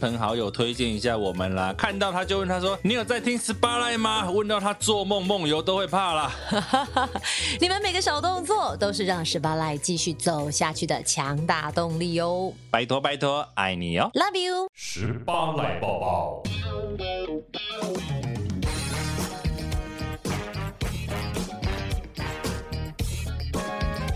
朋好友推荐一下我们啦。看到他就问他说：“你有在听十八赖吗？”问到他做梦梦游都会怕啦。你们每个小动作都是让十八赖继续走下去的强大动力哦。拜托拜托，爱你哦！ Love you。十八来抱抱。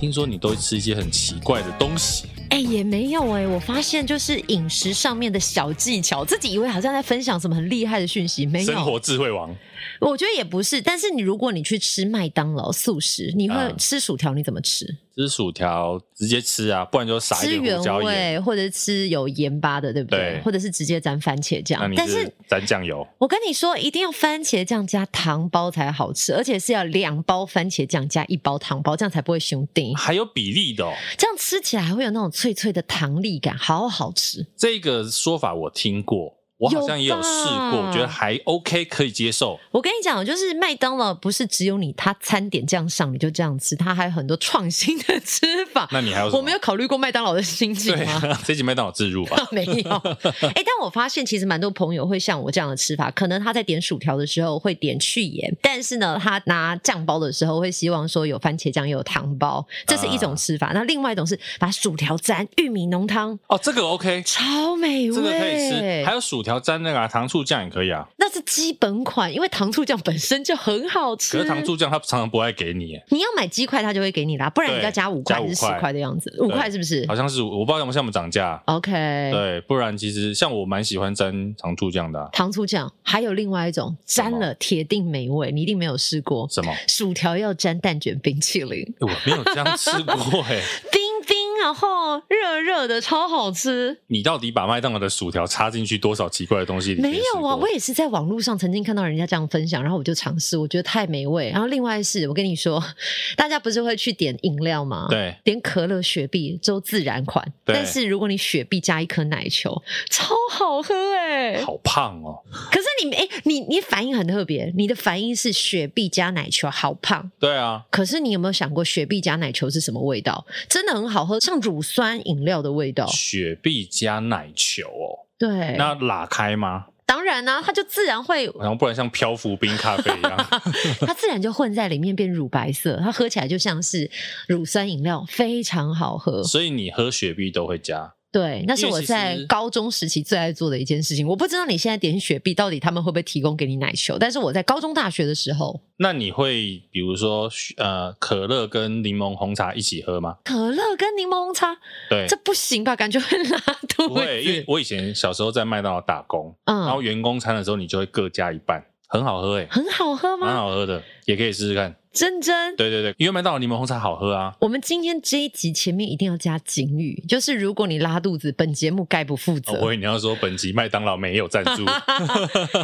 听说你都会吃一些很奇怪的东西。哎、也没有哎、我发现就是饮食上面的小技巧，自己以为好像在分享什么很厉害的讯息，没生有。活智慧王，我觉得也不是，但是你如果你去吃麦当劳素食，你会嗯吃薯条，你怎么吃？吃薯条直接吃啊，不然就撒吃一点原胡椒盐。味或者吃有盐巴的，对不对？对或者是直接沾番茄那酱你。但是是沾酱油，我跟你说，一定要番茄酱加糖包才好吃，而且是要两包番茄酱加一包糖包，这样才不会兄弟。还有比例的、哦，这样吃起来还会有那种脆脆的糖粒感，好好吃。这个说法我听过，我好像也有试过，有吧我觉得还 OK，可以接受。我跟你讲，哦就是麦当劳不是只有你，它餐点这样上你就这样吃，它还有很多创新的吃法。那你还有什么我没有考虑过麦当劳的心情啊对吗？，这集麦当劳自入吧。 没有，哎、但我发现其实蛮多朋友会像我这样的吃法，可能他在点薯条的时候会点去盐，但是呢，他拿酱包的时候会希望说有番茄酱又有糖包，这是一啊种吃法。那另外一种是把薯条沾玉米浓汤，哦，这个 OK， 超美味，这个可以吃，还有薯条沾那个、啊、糖醋酱也可以啊。那是基本款，因为糖醋酱本身就很好吃。可是糖醋酱它常常不爱给你耶，你要买鸡块，它就会给你啦，不然对你要加五块加五还是十块块的样子，五对块是不是好像是我不知道有没有像我们涨价。 ？OK，对，不然其实像我蛮喜欢沾糖醋酱的啊、糖醋酱还有另外一种沾什么了铁定美味，你一定没有试过。什么？薯条要沾蛋卷冰淇淋，我没有这样吃过 哎、冰冰，然后热热的，超好吃。你到底把麦当劳的薯条插进去多少奇怪的东西里面没试过？有啊，我也是在网络上曾经看到人家这样分享，然后我就尝试，我觉得太美味。然后另外是，我跟你说， 大家不是会去点饮料吗？。对，点可乐、雪碧都自然款，对但是如果你雪碧加一颗奶球，超好喝哎、好胖哦。可是你哎、你你反应很特别，你的反应是雪碧加奶球好胖，对啊，可是你有没有想过雪碧加奶球是什么味道？真的很好喝，像乳酸饮料的味道。雪碧加奶球哦，对，那拉开吗？当然啊啦、它就自 然会，然后不然像漂浮冰咖啡一样。 它自然就混在里面变乳白色，它喝起来就像是乳酸饮料，非常好喝。所以你喝雪碧都会加，对，那是因为我其在实高中时期最爱做的一件事情。我不知道你现在点雪碧到底他们会不会提供给你奶球，但是我在高中、大学的时候，那你会比如说呃可乐跟柠檬红茶一起喝吗？可乐跟柠檬红茶，对这，不行吧？感觉会拉肚不会，因为子。我以前小时候在麦当劳打工，然后嗯，员工餐的时候你就会各加一半，很好喝哎、很好喝蛮吗？好喝的，也可以试试看。真真。对对对，因为麦当劳柠檬红茶好喝啊。我们今天这一集前面一定要加警语，就是如果你拉肚子，本节目概不负责。哦我以为你要说本集麦当劳没有赞助，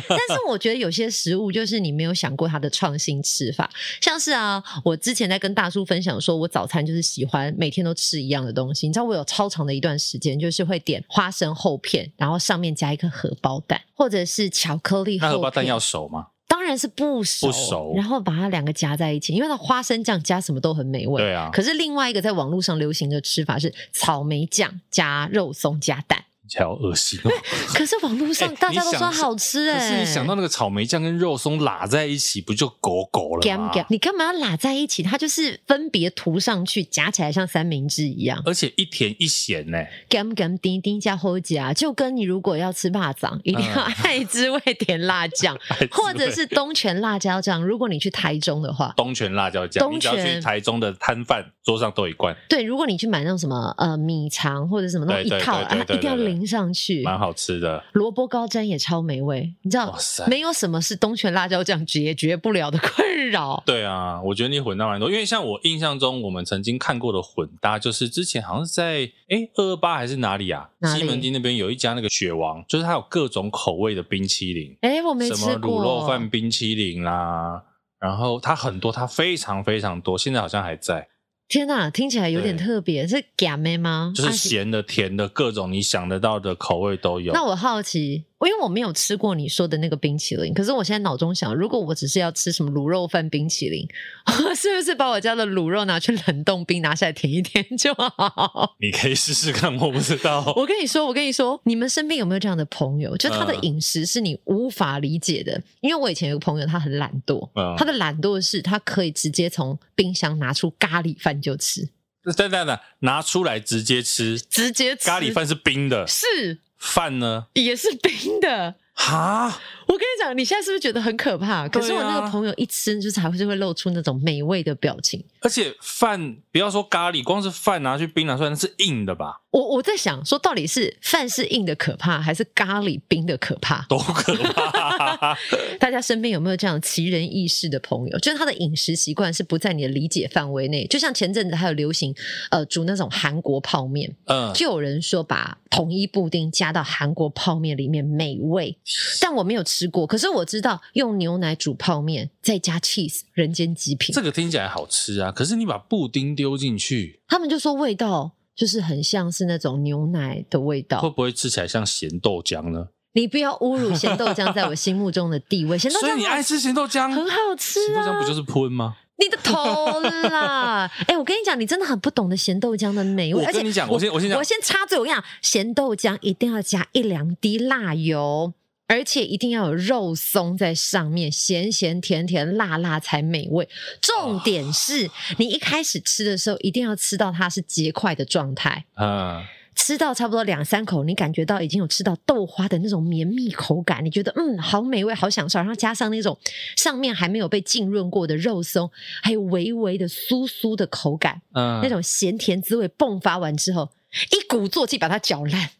但是我觉得有些食物就是你没有想过它的创新吃法，像是啊，我之前在跟大叔分享说，我早餐就是喜欢每天都吃一样的东西。你知道我有超长的一段时间就是会点花生厚片，然后上面加一颗荷包蛋，或者是巧克力那荷厚包蛋片。要熟吗？当然是不熟，不熟然后把它两个夹在一起，因为它花生酱加什么都很美味。对啊可是另外一个在网络上流行的吃法是草莓酱加肉松加蛋，听起来好恶心哦。可是网络 上哎大家都你想说是好吃哎、可是你想到那个草莓酱跟肉松拉在一起，不就狗狗了 gam 吗？ gam，你干嘛要拉在一起？它就是分别涂上去，夹起来像三明治一样而且一甜一咸呢、 gam gam 丁丁加后夹，就跟你如果要吃霸掌，一定 要爱滋味甜辣酱，或者是东泉辣椒酱。如果你去台中的话，东泉辣椒酱，东你只要泉去台中的摊贩桌上都有一罐。对，如果你去买那种什么呃米肠或者什么那对种对一套，对对啊对一定要对对淋淋上去，蛮好吃的。萝卜糕沾也超美味。你知道哇，塞没有什么是东泉辣椒酱解决不了的 困扰。对啊，我觉得你混到蛮多，因为像我印象中，我们曾经看过的混搭，就是之前好像是在哎二二八还是哪里啊？哪里西门町那边有一家那个雪王，就是它有各种口味的冰淇淋，哎，我没什吃么过卤肉饭冰淇淋啦、然后它很多，它非常非常多，现在好像还在，天哪，听起来有点对特别，是假妹吗？就是啊咸的、甜的，各种你想得到的口味都有。那我好奇，因为我没有吃过你说的那个冰淇淋，可是我现在脑中想，如果我只是要吃什么卤肉饭冰淇淋， 是不是把我家的卤肉拿去冷冻冰拿下来舔一舔就好？你可以试试看，我不知道。 我跟你说，我跟你说，你们身边有没有这样的朋友？就他的嗯饮食是你无法理解的。因为我以前有个朋友，他很懒惰，嗯他的懒惰是他可以直接从冰箱拿出咖喱饭就吃，等等等，拿出来直接吃。直接吃咖喱饭是冰的，是饭呢？也是冰的。哈，我跟你讲，你现在是不是觉得很可怕？啊可是我那个朋友一吃，就是还是会露出那种美味的表情。而且饭不要说咖喱，光是饭拿去冰拿出来那是硬的吧，我我在想，说到底是饭是硬的可怕，还是咖喱冰的可怕？多可怕！ 大家身边有没有这样奇人异事的朋友？就是他的饮食习惯是不在你的理解范围内。就像前阵子还有流行，呃，煮那种韩国泡面，嗯，就有人说把统一布丁加到韩国泡面里面美味，但我没有吃过。可是我知道用牛奶煮泡面，再加 cheese，人间极品。这个听起来好吃啊，可是你把布丁丢进去，他们就说味道就是很像是那种牛奶的味会道。不会吃起来像咸豆浆呢？你不要侮辱咸豆浆在我心目中的地 位，咸豆所以你爱浆吃咸豆浆，啊很好吃咸豆啊浆不！就是喷吗？你的头啦！ 哎、我跟你讲，你真的很不懂得咸豆浆的美味。我而且跟你讲，我先我先讲我，先插嘴，我跟你讲，咸豆浆一定要加一两滴辣油，而且一定要有肉松在上面，咸咸甜甜辣辣才美味。重点是、你一开始吃的时候，一定要吃到它是结块的状态。嗯，吃到差不多两三口，你感觉到已经有吃到豆花的那种绵密口感，你觉得嗯，好美味，好享受。然后加上那种上面还没有被浸润过的肉松，还有微微的酥酥的口感，嗯那种咸甜滋味迸发完之后，一鼓作气把它搅烂。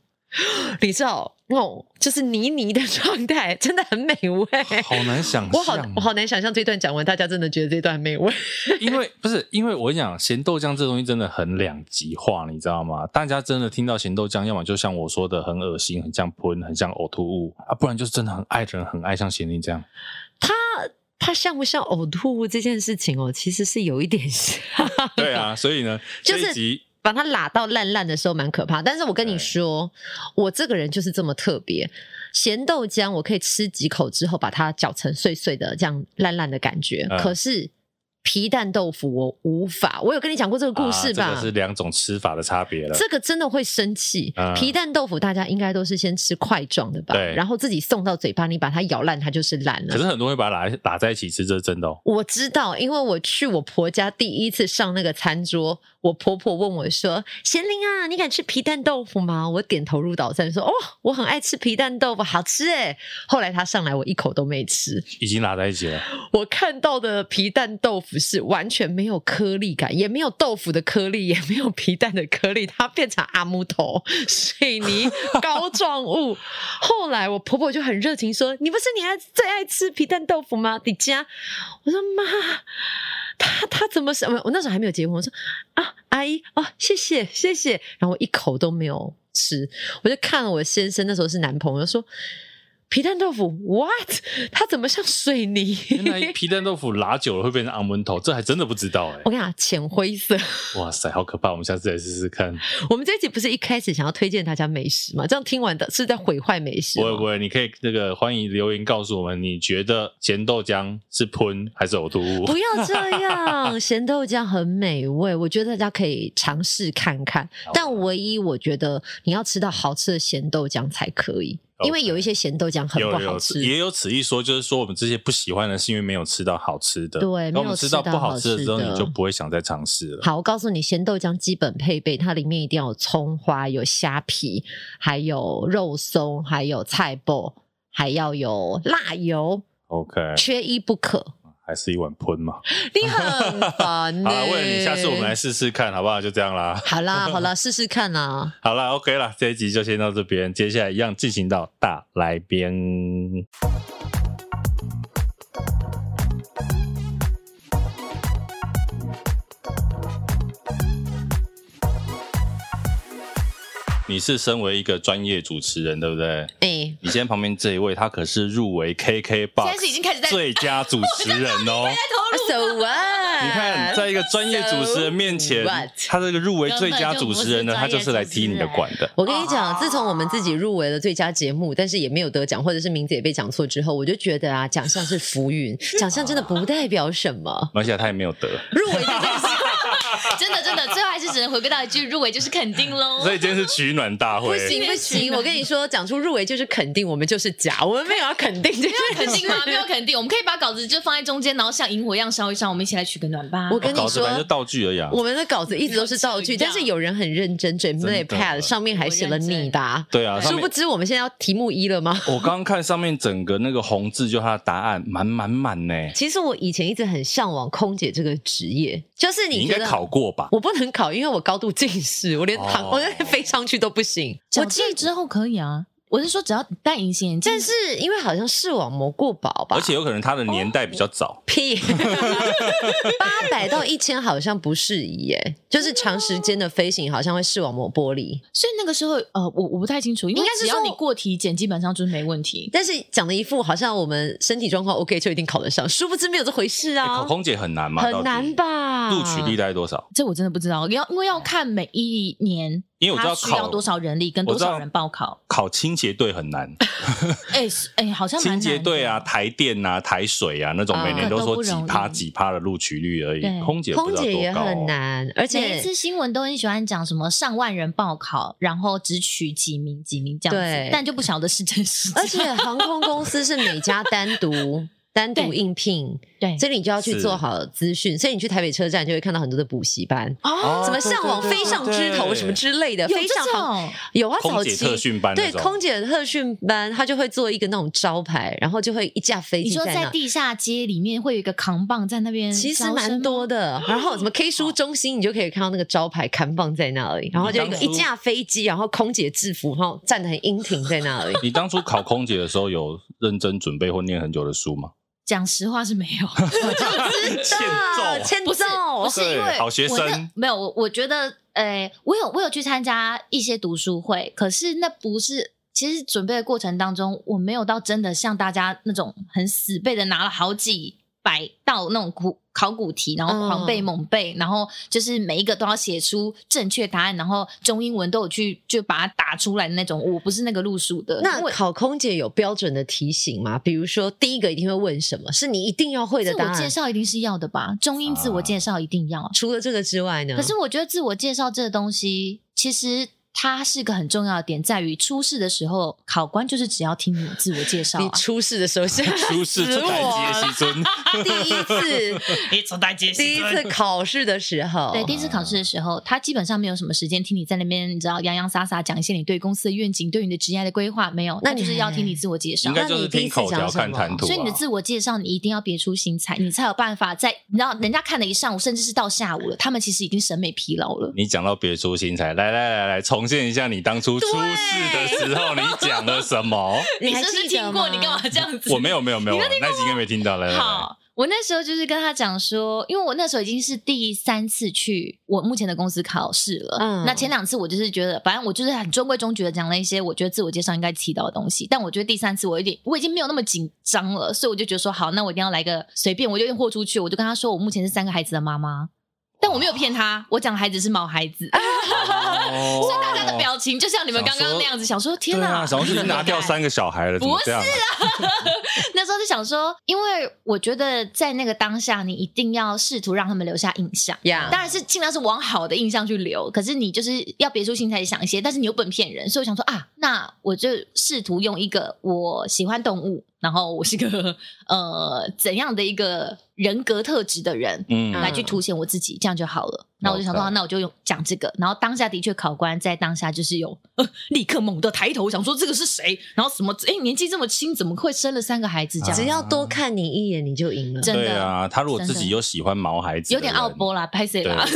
你知道，哦，就是泥泥的状态，真的很美味。 好难想象哦， 我好，我好难想象这段讲完，大家真的觉得这段很 美味。因为不是因为我跟你讲咸豆浆这东西真的很两极化，你知道吗？大家真的听到咸豆浆，要么就像我说的很恶心，很像喷，很像呕吐物啊，不然就是真的很爱的人，很爱像咸宁这样。它它像不像呕吐物这件事情哦，其实是有一点像。对啊，所以 呢，就是这一集把它拉到烂烂的时候蛮可怕。但是我跟你说，我这个人就是这么特别。咸豆浆我可以吃几口之后把它搅成碎碎的，这样烂烂的感觉。嗯可是皮蛋豆腐我无法，我有跟你讲过这个故事吧？啊这个是两种吃法的差别了。这个真的会生气。嗯皮蛋豆腐大家应该都是先吃块状的吧对，然后自己送到嘴巴，你把它咬烂，它就是烂了可。是很多人会把它打打在一起吃，这是真的哦。我知道，因为我去我婆家第一次上那个餐桌，我婆婆问我说：“贤玲啊，你敢吃皮蛋豆腐吗？”我点头如捣蒜，说：“哦，我很爱吃皮蛋豆腐，好吃诶。”后来她上来，我一口都没吃。已经打在一起了，我看到的皮蛋豆腐是完全没有颗粒感，也没有豆腐的颗粒，也没有皮蛋的颗粒，它变成阿木头、水泥、 膏状物。后来我婆婆就很热情说：“你不是你爱最爱吃皮蛋豆腐吗？你家？”我说：“妈，他他怎么是？我我那时候还没有结婚。”我说：“啊，阿姨，哦，谢谢谢谢。”然后我一口都没有吃，我就看了我先生那时候是男朋友说。皮蛋豆腐，what？它怎么像水泥？原来皮蛋豆腐拉久了会变成昂门头，这还真的不知道哎、我跟你讲，浅灰色。 哇塞，好可怕！我们下次来试试看。我们这一集不是一开始想要推荐大家美食吗？这样听完的是在毁坏美食不吗。会不会，你可以那个欢迎留言告诉我们，你觉得咸豆浆是喷还是呕吐物？不要这样， 咸豆浆很美味，我觉得大家可以尝试看看好啊。但唯一我觉得你要吃到好吃的咸豆浆才可以，因为 OK 有一些咸豆浆很有不有好吃。也有此一说，就是说我们这些不喜欢的是因为没有吃到好吃的，对当我没们有吃吃到到不好好吃的吃时候，的你就不会想再尝试了。好，我告诉你，咸豆浆基本配备，它里面一定要有葱花、有虾皮，还有肉松，还有菜脯，还要有辣油， OK， 缺一不可。还是一碗喷嘛。你很烦、欸。 好了，为了你，下次我们来试试看，好不好？就这样啦。好啦，好啦，试试看啊啦。好了，OK 了，这一集就先到这边，接下来一样进行到大来宾。你是身为一个专业主持人，对不对？哎、你现在旁边这一位，他可是入围 KK 现在是已 Box 经开始在最佳主持人 哦。 so what？你看，在一个专业主持人面前 So what？，他这个入围最佳主持人呢，他根本就就不是是来踢你的馆的。我跟你讲，自从我们自己入围了最佳节目，但是也没有得奖，或者是名字也被讲错之后，我就觉得啊，奖项是浮云，奖项真的不代表什么。而且他也没有得，入围这件事，真的真的，最后还是只能回归到一句入围就是肯定喽。 所以今天是取暖大哦不会。行不行，我跟你说，讲出入围就是肯定我们就是假，我们没有要肯定这件肯定吗？没有肯定，我们可以把稿子就放在中间，然后像萤火一样烧一烧，我们一起来取个暖吧。哦我跟稿你子说本来就，道具而已啊。我们的稿子一直都是造句，这但样是有人很认真，准备真的 pad 上面还写了你的啊，对啊，上殊面不知我们现在要题目一了吗？ 我刚刚看上面整个那个红字，就他的答案满满满呢。其实我以前一直很向往空姐这个职业，就是你你应觉该得考过吧？我不能考，因为我高度近视，我连躺，哦我连飞上去都不行。我我记，记之后可以啊，我是说只要戴隐形眼镜，但是因为好像视网膜过薄吧，哦而且有可能他的年代比较早。屁， 八百到一千好像不适宜耶，就是长时间的飞行好像会视网膜剥离。所以那个时候呃，我我不太清楚，因为应该是只要说你过体检，基本上就是没问题。但是讲的一副好像我们身体状况 OK 就一定考得上，殊不知没有这回事欸啊考，空姐很难吗？很难到底？吧？录取率大概多少？这我真的不知道，要因为要看每一年，因为我知道它需要考多少人力跟我多知道少人报考。考清洁队很难，哎是哎，好像蛮清洁难队啊、的，台电啊、台水啊那种，啊每年都都说不几容易趴几趴的录取率而已对。空姐不空知道姐也多高哦很难，而每一且次新闻都很喜欢讲什么上万人报考，然后只取几名几名这样对子，但就不晓得是真是假而。且航空公司是每家单 独单独对应聘。对，所以你就要去是做好资讯，所以你去台北车站就会看到很多的补习班，哦什么向往飞上枝头什么之类的，有飞上这航种有啊，空早姐期特训班那对种空姐特训班，他就会做一个那种招牌，然后就会一架飞你机说在那。地下街里面会有一个扛棒在那边，其实蛮多。的，然后什 么 K 书中心，你就可以看到那个招牌看放在那里，然后就有一个你当一初架飞机，然后空姐制服，然后站得很英挺在 那里。你当初考空姐的时候，有认真准备或念很久的书吗？讲实话是没有，欠啊揍欠不是不揍，是因为对好学生我那没有我，我觉得，呃，我有我有去参加一些读书会，可是那不是。其实准备的过程当中，我没有到真的像大家那种很死背的拿了好几百道那种古考古题，然后狂背嗯猛背，然后就是每一个都要写出正确答案，然后中英文都有去就把它打出来的那种。我不是那个路数的，那因为考空姐有标准的题型吗？比如说第一个一定会问什么，是你一定要会的自答我介案。啊绍一定是要的吧？中英自我介绍一定要。除了这个之外呢？可是我觉得自我介绍这个东西，其实它是个很重要的点，在于出事的时候，考官就是只要听你自我介绍、你啊。出事的时候 是出事死出台阶我西尊，第一次你从大街第一次考试的时候，对，第一次考试的时候，他基本上没有什么时间听你在那边，你知道洋洋洒洒讲一些你对公司的愿景、对你的职业的规划，没有，那他你就是要听你自我介绍应。该就是听口条看谈吐、啊。所以你的自我介绍，你一定要别出心裁，你才有办法在你知道人家看了一上午，甚至是到下午了，他们其实已经审美疲劳了。你讲到别出心裁，来来来来，重现一下你当初出事的时候，你讲了什么？你还是不是记得听过？你干嘛吗？这样子？我没有没有没有，啊那集应该没听到。来来来，好，我那时候就是跟他讲说，因为我那时候已经是第三次去我目前的公司考试了。嗯那前两次我就是觉得，反正我就是很中规中矩的讲了一些我觉得自我介绍应该提到的东西，但我觉得第三次我有点我已经没有那么紧张了，所以我就觉得说好，那我一定要来个随便，我就有点豁出去，我就跟他说我目前是三个孩子的妈妈，但我没有骗他，我讲的孩子是毛孩子。所 所以大家的表情就像你们刚刚那样哦子，想说天对哪，啊啊，想要去 拿掉三个小孩了，怎么这样？那时候就想说，因为我觉得在那个当下，你一定要试图让他们留下印象。呀当然是尽量是往好的印象去留，可是你就是要别出心裁想一些，但是你又不能骗人，所以我想说啊，那我就试图用一个我喜欢动物，然后我是个呃怎样的一个人格特质的人，嗯来去凸显我自己，这样就好了。那我就想说，了解啊那我就用讲这个。然后当下的确，考官在当下就是有、呃、立刻猛地抬头想说这个是谁，然后什么哎年纪这么轻，怎么会生了三个孩子这样？只要多看你一眼，你就赢了。真的对啊，他如果自真己的又喜欢毛孩子，有点奥。波啦，拍谁啦？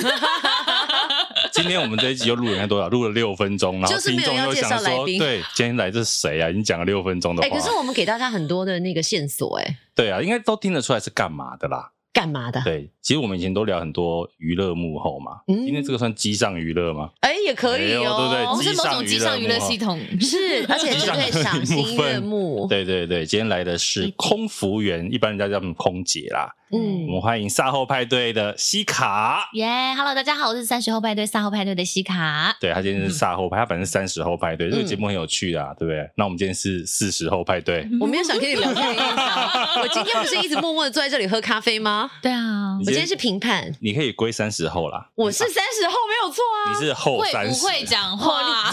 今天我们这一集又录了多少？录了六分钟，然后就是听没有众要又介绍想说，来宾对，今天来这是谁啊？已经讲了六分钟的哎、话，可是我们给大家很多的那个线索、哎，对啊，应该都听得出来是干嘛的啦。干嘛的？对，其实我们以前都聊很多娱乐幕后嘛，嗯今天这个算机上娱乐吗？哎、也可以哎呦哦、对不对我们是某种机上娱乐系统，是，而且绝对赏心悦目。对对对，今天来的是空服员，一般人家叫他们空姐啦。我嗯，们欢迎赛后派对的西卡。耶、h e l l o 大家好，我是三十后派对、三号派对的西卡。对他今天是赛后派，嗯他本身三十后派对，这个节目很有趣啊，对不对？那我们今天是四十后派对，我没有想跟你聊天 的意思啊。我今天不是一直默默的坐在这里喝咖啡吗？对啊我你，今天是评判，你可以归三十后啦，我是三十后没有错啊。你是后会三不十会讲话？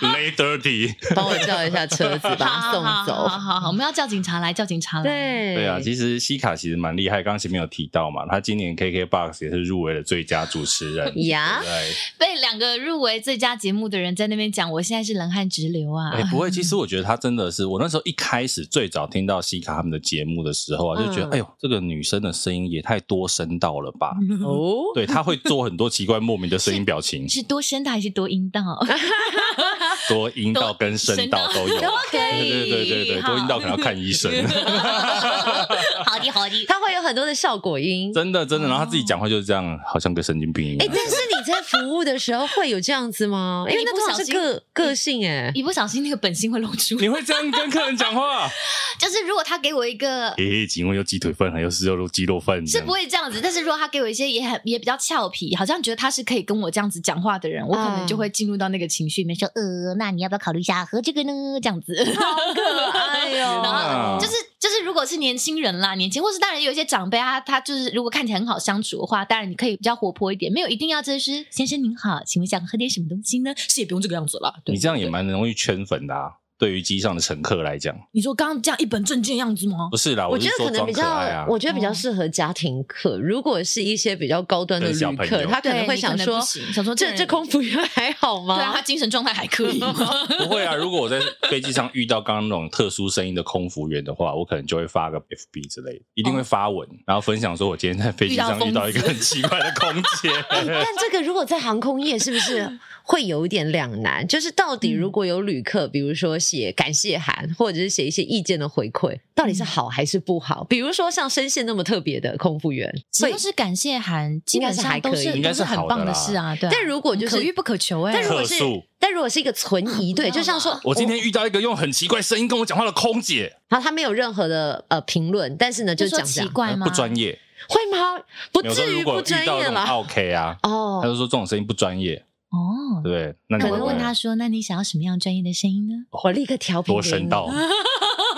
，later y 帮我叫一下 车子，把他送好好走。好好，我们要叫警察来，叫警察来。对，对啊，其实西卡其实蛮厉害，刚刚前面有提到嘛，他今年 KKBOX 也是入围了最佳主持 人。呀对不对，被两个入围最佳节目的人在那边讲，我现在是冷汗直流啊！哎、不会，其实我觉得她真的是，我那时候一开始最早听到西卡他们的节目的时候啊，就觉得，嗯哎呦，这个女生的声音也太多声道了吧？哦，对，她会做很多奇怪莫名的声音表 情，是多声道还是多阴道？多阴道跟 声道都有。都可以，对对对对对，多阴道可能要看医生。 好的好的，它会有很多的效果 音。真的真的，然后她自己讲话就是这样，好像个神经病一哎、样。但是你在服务的时候会有这样子吗？因为那通常是个个性哎、一不小心那个本性会露出。你会这样跟客人讲话？就是如果他给我一个诶、请问有鸡腿饭还有是肉鸡肉饭？是不会这样子，但是如果他给我一些也很也比较俏皮，好像觉得他是可以跟我这样子讲话的人，我可能就会进入到那个情绪里面，说呃，那你要不要考虑一下喝这个呢？这样子， 哎呦，哦然后就是就是，如果是年轻人啦，年轻或是当然有一些长辈啊，他就是如果看起来很好相处的话，当然你可以比较活泼一点，没有一定要就是先生您好，请问想喝点什么东西呢？是也不用这个样子啦。对你这样也蛮容易圈粉的啊。对于机上的乘客来讲，你说刚刚这样一本正经的样子吗？不是啦，我是觉得说可嗯能装比可较，爱啊。我觉得比较适合家庭课。如果是一些比较高端的对小旅朋客，友他可能会想说，想说这这空服员还好吗？对啊，他精神状态还 可以吗？不会啊，如果我在飞机上遇到刚刚那种特殊声音的空服员的话，我可能就会发个 FB 之类的，一定会发文，然后分享说我今天在飞机上遇遇到到一个很奇怪的空姐。哎但这个如果在航空业，是不是会有一点两难？就是到底嗯如果有旅客，比如说写感谢函，或者是写一些意见的回馈，到嗯底是好还是不好？比如说像声线那么特别的空服员，只所以要，是感谢函，基本上都是应该是都是还很可以棒的事啊。对啊，但如果就是可遇不可求啊哎、但如果客是诉，但如果是一个存疑，对，不要就像说啦，我今天遇到一个用很奇怪声音跟我讲话的空姐，然后他没有任何的呃评论，但是呢，就说讲这奇样，怪吗？哎不专业。会吗？不没有说至如于果不遇专到那业种啦。 OK 啊，他哦，就说这种声音不专业，哦对不。对？那你可会能不问他会说：“那你想要什么样专业的声音嗯呢我立刻调频多给声 你道，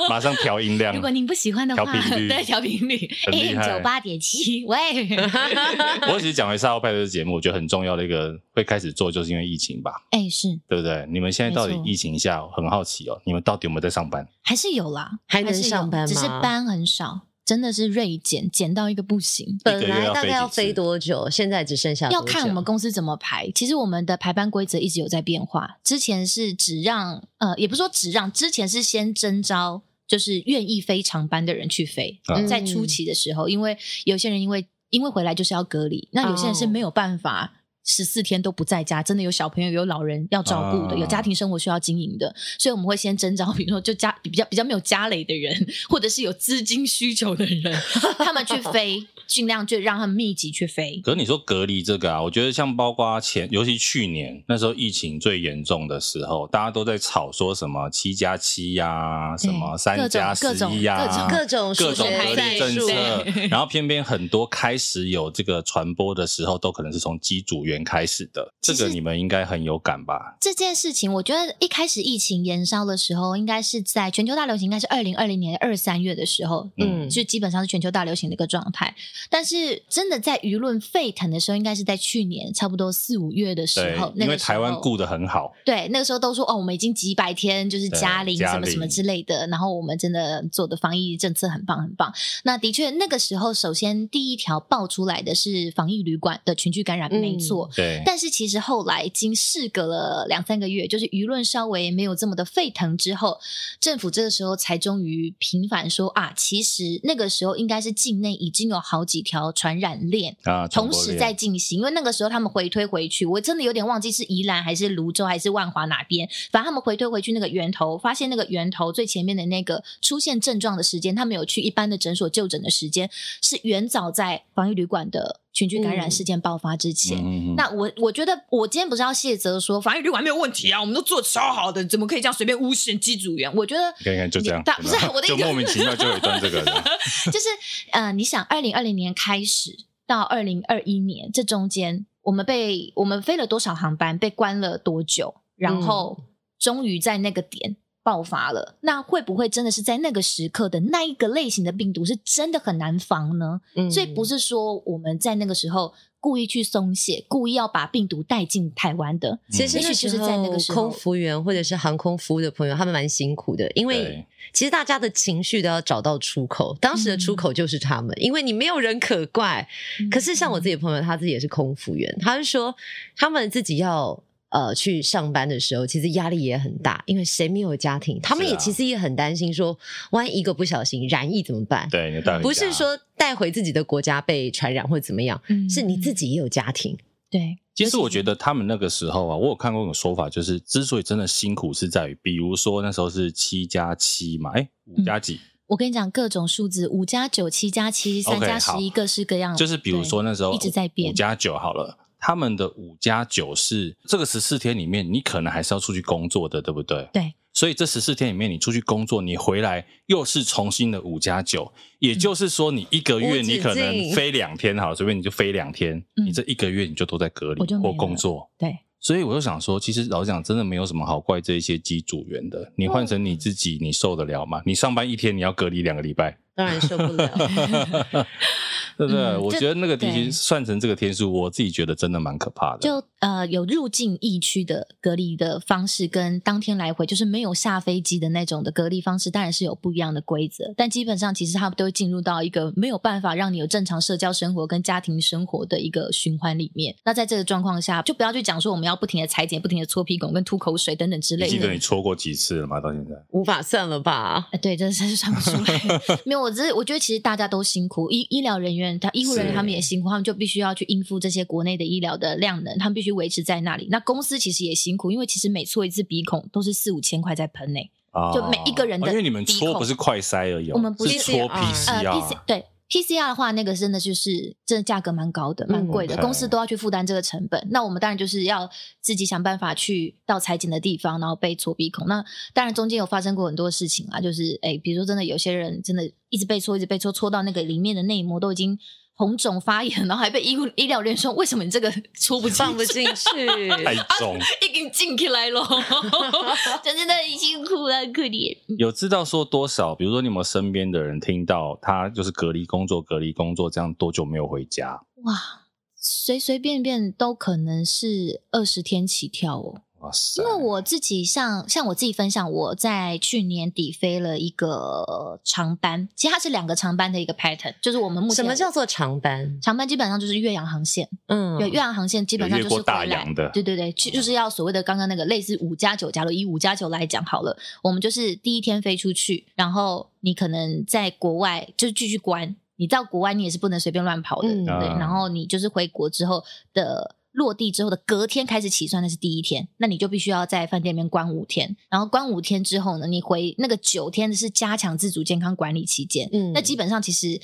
马上调音？”量如。果您不喜欢的话， 调频率对调频率很厉 AM 害九八点七，喂， 我其实讲回赛后派对的节目，我觉得很重要的一个会开始做，就是因为疫情吧，哎，是对不对？你们现在到底没错疫情下，很好奇哦，你们到底有没有在上班？还是有啦，还能是有上班吗只是班很少，真的是锐减，减到一个不行。个本月来要大飞概几要飞次多久？现在只剩下要多看久我们公司怎么排。其实我们的排班规则一直有在变化，之前是只让呃，也不是说只让，之前是先征招，就是愿意飞长班的人去飞。啊嗯在初期的时候，因为有些人因为因为回来就是要隔离，那有些人是哦没有办法。十四天都不在家，真的有小朋友、有老人要照顾的，啊有家庭生活需要经营的，所以我们会先征招，比如说就家比较比较没有家累的人，或者是有资金需求的人，他们 去飞，尽量就让他们密集去飞。可是你说隔离这个啊，我觉得像包括前，尤其去年那时候疫情最严重的时候，大家都在吵说什么七加七呀，什么三加十各种一呀嗯各种，啊各种各数种学隔代离政数，策 对， 然后偏偏很多开始有这个传播的时候，都可能是从机组员开始的，这其实个你们应该很有感吧？这件事情，我觉得一开始疫情延烧的时候，应该是在全球大流行，应该是二零二零年二三月的时候，嗯就基本上是全球大流行的一个状态。但是真的在舆论沸腾的时候，应该是在去年差不多四五月的时对候，，那因个为时台湾候顾得很好，对那个时候都说哦，我们已经几百天就是对加零加什么什么零之类的，然后我们真的做的防疫政策很棒很棒。那的确那个时候，首先第一条爆出来的是防疫旅馆的群聚感染，嗯没错。对，但是其实后来已经事隔了两三个月，就是舆论稍微没有这么的沸腾之后，政府这个时候才终于平反说啊，其实那个时候应该是境内已经有好几条传染链。啊，传同播时链在进行，因为那个时候他们回推回去，我真的有点忘记是宜兰还是泸州还是万华哪边，反正他们回推回去那个源头，发现那个源头最前面的那个出现症状的时间，他们有去一般的诊所就诊的时间，是远早在防疫旅馆的群聚感染嗯事件爆发之前。嗯嗯嗯那我我觉得我今天不是要卸责说防疫旅馆没有问题啊，我们都做得超好的，你怎么可以这样随便诬陷机组员？我觉得你看你看就这样你大，不是啊我的 意就思莫名其妙就有一段这个人， 就是呃，你想，二零二零年开始到二零二一年这中间，我们被我们飞了多少航班，被关了多久，然后终于在那个点。爆发了，那会不会真的是在那个时刻的那一个类型的病毒是真的很难防呢？嗯所以不是说我们在那个时候故意去松懈，故意要把病毒带进台湾的，其实也那许就是时在那个候时候空服员或者是航空服务的朋友，他们蛮辛苦的，因为对其实大家的情绪都要找到出口，当时的出口就是他们，因为你没有人可嗯怪。可是像我自己的朋友，他自己也是空服员，他是说他们自己要。呃，去上班的时候，其实压力也很大，因为谁没有家庭？他们是也啊其实也很担心说万一一个不小心染疫怎么办？对，你带回不是家说带回自己的国家被传染或怎么样，嗯是你自己也有家庭。对，其实我觉得他们那个时候啊，我有看过一种说法，就是之所以真的辛苦是在于，比如说那时候是七加七嘛，哎，五加几，我跟你讲各种数字，五加九、七加七、三 OK，加十好一，各式各样。就是比如说那时候对一直在变五加九好了。他们的五加九是这个十四天里面，你可能还是要出去工作的，对不对？对。所以这十四天里面，你出去工作，你回来又是重新的五加九，也就是说，你一个月无止你可能境飞两天，好了，随便你就飞两天，嗯你这一个月你就都在隔我离就没或了工作，对，所以我就想说，其实老实讲，真的没有什么好怪这一些机组员的。你嗯换成你自己，你受得了吗？你上班一天，你要隔离两个礼拜， 当然受不 了。 对不对？嗯我这觉得那个的对确算成这个天数，我自己觉得真的蛮可怕的。就呃有入境疫区的隔离的方式，跟当天来回就是没有下飞机的那种的隔离方式，当然是有不一样的规则。但基本上，其实他们都会进入到一个没有办法让你有正常社交生活跟家庭生活的一个循环里面。那在这个状况下，就不要去讲说我们要不停的裁剪、不停的搓屁股、跟吐口水等等之你类记的得。你戳过几次了吗？到现在？无法算了 吧？啊，对，真的是算不出来。没有，我只是我觉得其实大家都辛苦，医医疗人员、他医护人员是他们也辛苦，他们就必须要去应付这些国内的医疗的量能，他们必须维持在那里。那公司其实也辛苦，因为其实每搓一次鼻孔都是四五千块在喷呢、啊就每一个人的哦因为你们鼻戳孔不是快塞而已哦，我们不是是戳啊 PCR 呃 PCR，、 ，P C 对 P C R 的话，那个真的就是真的价格蛮高的，蛮贵的， OK 公司都要去负担这个成本。那我们当然就是要自己想办法去到裁剪的地方，然后被搓鼻孔。那当然中间有发生过很多事情啊，就是诶，比如说真的有些人真的一直被搓，一直被搓，搓到那个里面的内膜都已经。红肿发炎，然后还被医护医疗人员说：“为什么你这个搓不进去 放不进太去。重。已经进起来 了，真的很辛苦了，可怜。有知道说多少？比如说，你有没有身边的人听到他就是隔离工作、隔离工作这样多久没有回家？哇，随随便便都可能是二十天起跳哦。哇塞！因为我自己像像我自己分享，我在去年底飞了一个长班，其实它是两个长班的一个 pattern，就是我们目 什前么叫做长班？长班？基本上就是岳阳航线，嗯，对，岳阳航线基本上就有是越过大回来洋的对对对，就就是要所谓的刚刚那个类似五加九，假如以五加九来讲好了，我们就是第一天飞出去，然后你可能在国外就是继续关，你到国外你也是不能随便乱跑的，嗯对不对？啊然后你就是回国之后的。落地之后的隔天开始起算，那是第一天，那你就必须要在饭店里面关五天，然后关五天之后呢，你回那个九天是加强自主健康管理期间，嗯那基本上其实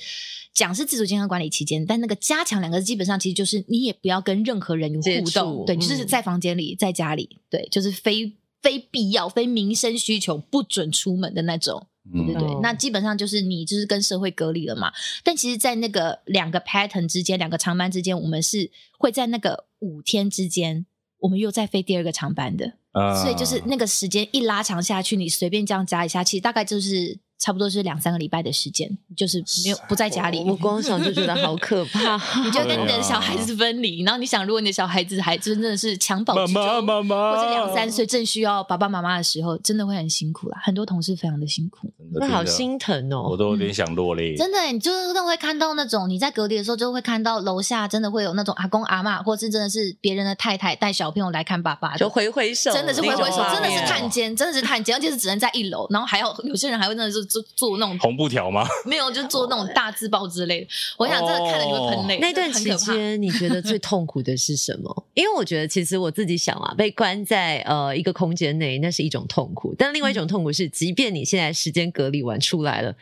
讲是自主健康管理期间，但那个加强两个字基本上其实就是你也不要跟任何人有接互动，触对，你就是嗯在房间里，在家里，对，就是非非必要、非民生需求不准出门的那种，嗯对对对。哦那基本上就是你就是跟社会隔离了嘛。但其实，在那个两个 pattern 之间，两个长班之间，我们是会在那个五天之间，我们又再飞第二个长班的。啊所以就是那个时间一拉长下去，你随便这样加一下，其实大概就是差不多是两三个礼拜的时间，就是没有不在家里。我光想就觉得好可 怕。你就要跟你对的啊小孩子分离，然后你想，如果你的小孩子还真的是襁褓妈之中，妈妈妈，或者两三岁正需要爸爸妈妈的时候，真的会很辛苦啦。很多同事非常的辛苦，真的，那好真的心疼我哦，都有点想落泪。嗯真的、你就是会看到那种你在隔离的时候，就会看到楼下真的会有那种阿公阿嬷，或是真的是别人的太太带小朋友来看爸爸的，就挥挥手，真的是挥挥手那，种真的是画面探监，真的是探监，而且是只能在一楼，然后还有有些人还会真的是做做那种红布条吗？没有，就做那种大字报之类的。我想真的看了你会喷泪，那段真期的很可怕。间，你觉得 最痛苦的是什么？因为我觉得，其实我自己想啊，被关在呃一个空间内，那是一种痛苦；但另外一嗯种痛苦是，即便你现在时间隔离完出来了，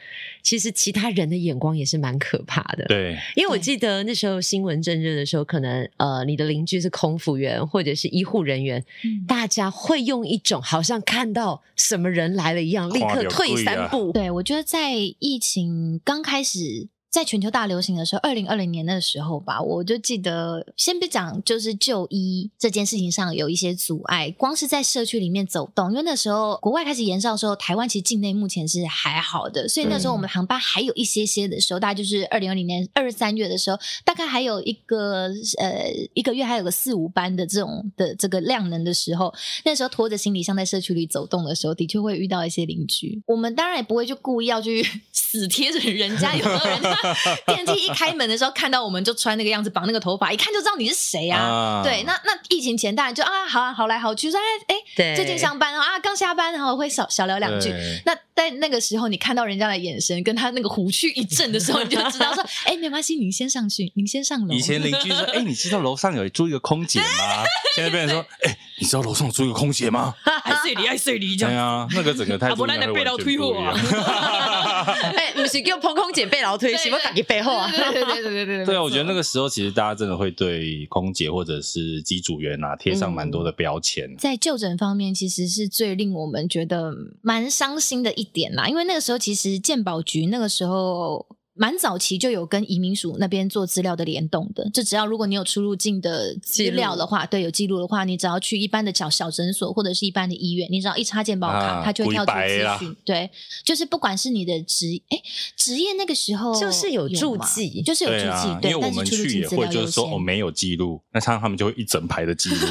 其实其他人的眼光也是蛮可怕的。对，因为我记得那时候新闻正热的时候，可能呃，你的邻居是空服员或者是医护人员，嗯大家会用一种好像看到什么人来了一样，立哇刻有退鬼啊三步。对，我觉得在疫情刚开始。在全球大流行的时候，二零二零年的时候吧，我就记得，先不讲就是就医这件事情上有一些阻碍，光是在社区里面走动，因为那时候国外开始延烧的时候，台湾其实境内目前是还好的，所以那时候我们航班还有一些些的时候，大概就是二零二零年二三月的时候，大概还有一个呃一个月还有个四五班的这种的这个量能的时候，那时候拖着行李箱在社区里走动的时候，的确会遇到一些邻居。我们当然也不会就故意要去 死贴着人家，有没有人家 电梯一开门的时候看到我们就穿那个样子，绑那个头发，一看就知道你是谁啊。啊对，那那疫情前当然就啊，好啊，好来好去，说哎对哎，最近上班哦啊，刚下班然后会少少聊两句。对那在那个时候，你看到人家的眼神跟他那个虎躯一震的时候，你就知 道说，哎、没关系，您先上去，您先上楼。以前邻居说：“哎、你知道楼上有住一个空姐吗？” 现在变成说：“哎、你知道楼上有住一个空姐吗爱睡你，爱睡 你，？”这对样。啊，那个整个态度应该会完全不一样。啊不然你哎，不是叫彭空姐被劳推，对是我自己背后啊。 对对对对对 对对啊，我觉得那个时候其实大家真的会对空姐或者是机组员啊贴上蛮多的标签。在就诊方面，其实是最令我们觉得蛮伤心的一点啦，因为那个时候其实健保局那个时候。蛮早期就有跟移民署那边做资料的联动的，就只要如果你有出入境的资料的话，对，有记录的话，你只要去一般的小小诊所或者是一般的医院，你只要一插健保卡，啊它就会跳出鬼白啦资讯。对，就是不管是你的职哎职业那个时候就是有注吗记就是有注对记，啊，因对为我但是们出入去境也资会料就是说优哦先没有记录，那他他们就会一整排的 记录。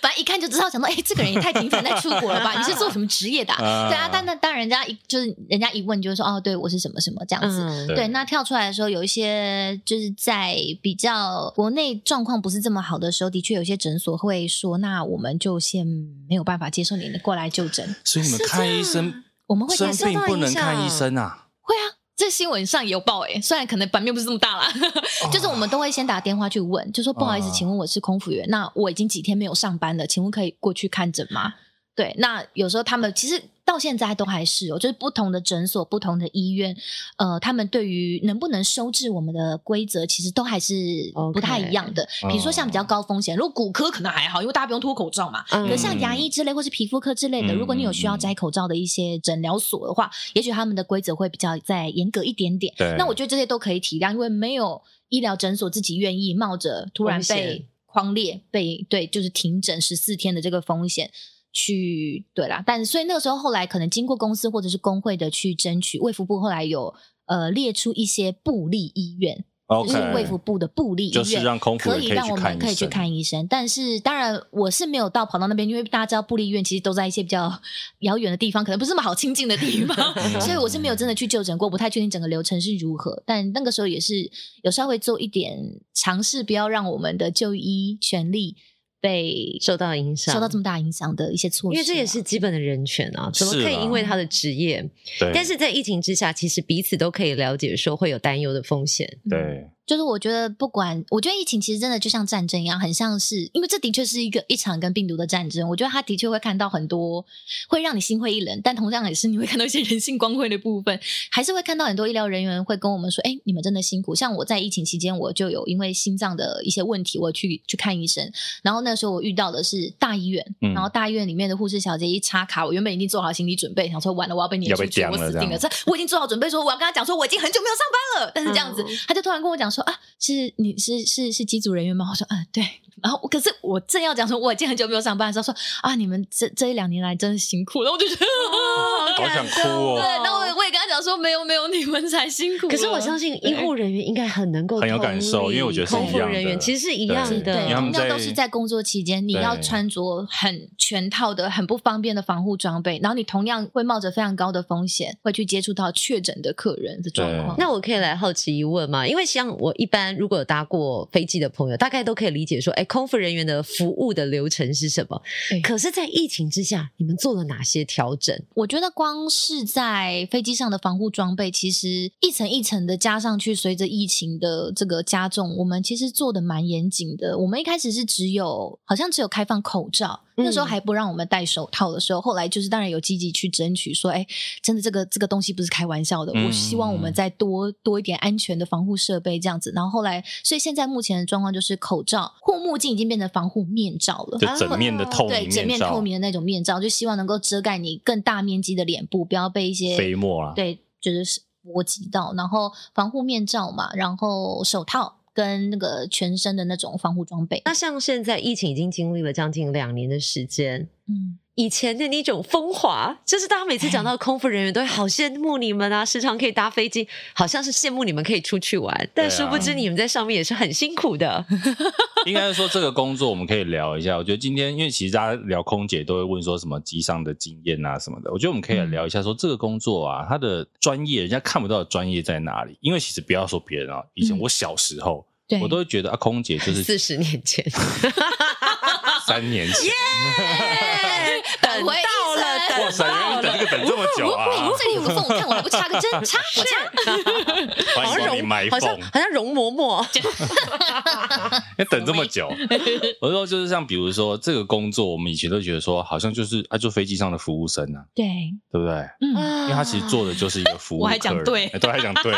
反正一看就知道，想说，哎、这个人也太频繁在出国了 吧？你是做什么职业的啊、啊对啊，但那当然人家一就是人家一问就是说，哦，对我是什么什么这样子。嗯，对对，那跳出来的时候，有一些就是在比较国内状况不是这么好的时候，的确有些诊所会说，那我们就先没有办法接受你过来就诊，所以你们是看这医样生，我们会生接受病到不影能看响医生啊。会啊，这新闻上也有报诶、虽然可能版面不是这么大啦， 就是我们都会先打电话去问，就说不好意思，啊请问我是空服员，那我已经几天没有上班了，请问可以过去看诊吗？对，那有时候他们其实到现在都还是哦，就是不同的诊所、不同的医院，呃，他们对于能不能收治我们的规则，其实都还是 OK 不太一样的。比如说像比较高风险，如果骨科可能还好，因为大家不用脱口罩嘛。嗯可是像牙医之类或是皮肤科之类的，嗯如果你有需要摘口罩的一些诊疗所的话，也许他们的规则会比较再严格一点点。对，那我觉得这些都可以体谅，因为没有医疗诊所自己愿意冒着突然风险被框列、被对就是停诊十四天的这个风险去对啦。但所以那个时候后来可能经过公司或者是工会的去争取，卫福部后来有呃列出一些部立医院，就 OK，是卫福部的部立医院，就是让空腹可人以以让去我们看可以医去生。看医生，但是当然我是没有到跑到那边，因为大家知道布利医院其实都在一些比较遥远的地方，可能不是那么好亲近的地方， 所以我是没有真的去就诊过，不太确定整个流程是如何。但那个时候也是有稍微做一点尝试，不要让我们的就医权利被受到影响，受到这么大影响的一些措施啊、因为这也是基本的人权啊，怎么是可以啊因为他的职业？对，但是在疫情之下，其实彼此都可以了解说会有担忧的风险。嗯对，就是我觉得不管，我觉得疫情其实真的就像战争一样，很像是，因为这的确是一个一场跟病毒的战争。我觉得它的确会看到很多会让你心灰意冷，但同样也是你会看到一些人性光辉的部分，还是会看到很多医疗人员会跟我们说：“哎，你们真的辛苦。”像我在疫情期间，我就有因为心脏的一些问题，我去去看医生，然后那时候我遇到的是大医院，嗯然后大医院里面的护士小姐一插卡，我原本已经做好心理准备，想说完了我要被撵要出被去，讲我了死这定样了。这我已经做好准备，说我要跟他讲说我已经很久没有上班了，但是这样子，嗯他就突然跟我讲说啊，是你是是是机组人员吗？我说嗯对，然后我可是我正要讲说我已经很久没有上班的时候，他说啊你们这这一两年来真的辛苦了，然后我就觉得。好好想哭哦 对，然后我也我也跟他讲讲说没有没有，你们才辛苦了。可是我相信医护人员应该很能够很有感受同理因为我觉得是空服一样的人员其实是一样对因的为。他们同在样都是在工作期间，你对要穿着很全套的、很不方便的防护装备，然后你同样会冒着非常高的风险，会去接触到确诊的客人的状况。那我可以来好奇一问吗？因为像我一般如果有搭过飞机的朋友，大概都可以理解说，哎，空服人员的服务的流程是什么对。可是，在疫情之下，你们做了哪些调整？我觉得光是在飞机上的防护装备，其实一层一层的加上去，随着疫情的这个加重，我们其实做的蛮严谨的。我们一开始是只有好像只有开放口罩，嗯那时候还不让我们戴手套的时候，后来就是当然有积极去争取说，哎，真的这个这个东西不是开玩笑的，嗯我希望我们再多多一点安全的防护设备这样子。然后后来，所以现在目前的状况就是口罩、护目镜已经变成防护面罩了。就整面的透哦对，明整面透罩，明的那种面罩，就希望能够遮盖你更大面积的脸部，不要被一些飞沫啊，对，就是波及到。然后防护面罩嘛，然后手套跟那个全身的那种防护装备。那像现在疫情已经经历了将近两年的时间，嗯，以前的那种风华，就是大家每次讲到空服人员，都会好羡慕你们啊，时常可以搭飞机，好像是羡慕你们可以出去玩，啊但殊不知你们在上面也是很辛苦的。应该是说这个工作我们可以聊一下。我觉得今天因为其实大家聊空姐都会问说什么机上的经验啊什么的，我觉得我们可以来聊一下说这个工作啊，它的专业人家看不到的专业在哪里？因为其实不要说别人啊，以前嗯我小时候。对，我都会觉得啊，空姐就是四十年前，三年前，等哎到了，哇等塞，原来到了，等这个等这么久啊！这里我送，看我来不插个针，插我插。欢迎光临埋好像缝，好像容嬷嬷，要等这么久。我说就是像比如说这个工作，我们以前都觉得说好像就是啊，就飞机上的服务生啊，对，对不对？啊嗯，因为他其实做的就是一个服务我客人，还讲对哎都还讲 对。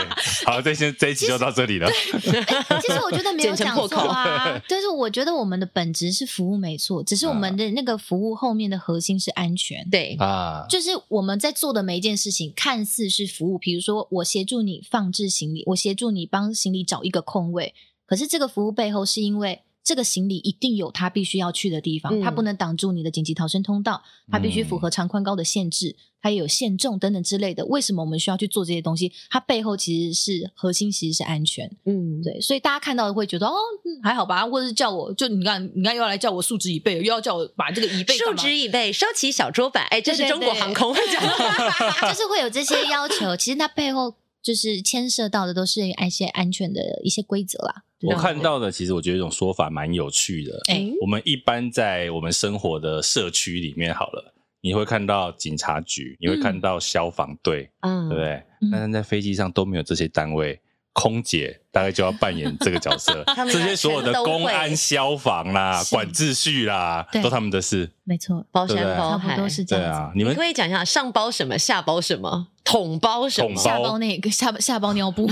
好，这先这一集就到这里了。其实我觉得 没有简称讲破错 口啊，但是我觉得我们的本质是服务没错，只是我嗯们的那个服务后面的核心是安全。对，啊，就是我们在做的每一件事情，看似是服务，比如说我协助你放置行李，我协助你帮行李找一个空位，可是这个服务背后是因为。这个行李一定有它必须要去的地方，嗯它不能挡住你的紧急逃生通道，它必须符合长宽高的限制，它也有限重等等之类的。为什么我们需要去做这些东西？它背后其实是核心，其实是安全。嗯，对，所以大家看到会觉得哦、嗯还好吧，或者是叫我就你看，你看又要来叫我数值以备，又要叫我把这个以备干竖嘛直椅背，收起小桌板，哎，这是对对中国对航空会 讲的。就是会有这些要求，其实它背后就是牵涉到的都是一些安全的一些规则啦。 我看到的其实我觉得一种说法蛮有趣的。哎我们一般在我们生活的社区里面，好了，你会看到警察局，你会看到消防队，嗯对不对？嗯但是在飞机上都没有这些单位，空姐大概就要扮演这个角 色他，们这些所有的全都会公安、消防啦、是管秩序啦，对都他们的事。没错，包对不山对包差不海，多是这对样子。啊，你你们可以讲一下上包什么，下包什么，哦桶包什么桶？下包包那个下下包尿 布，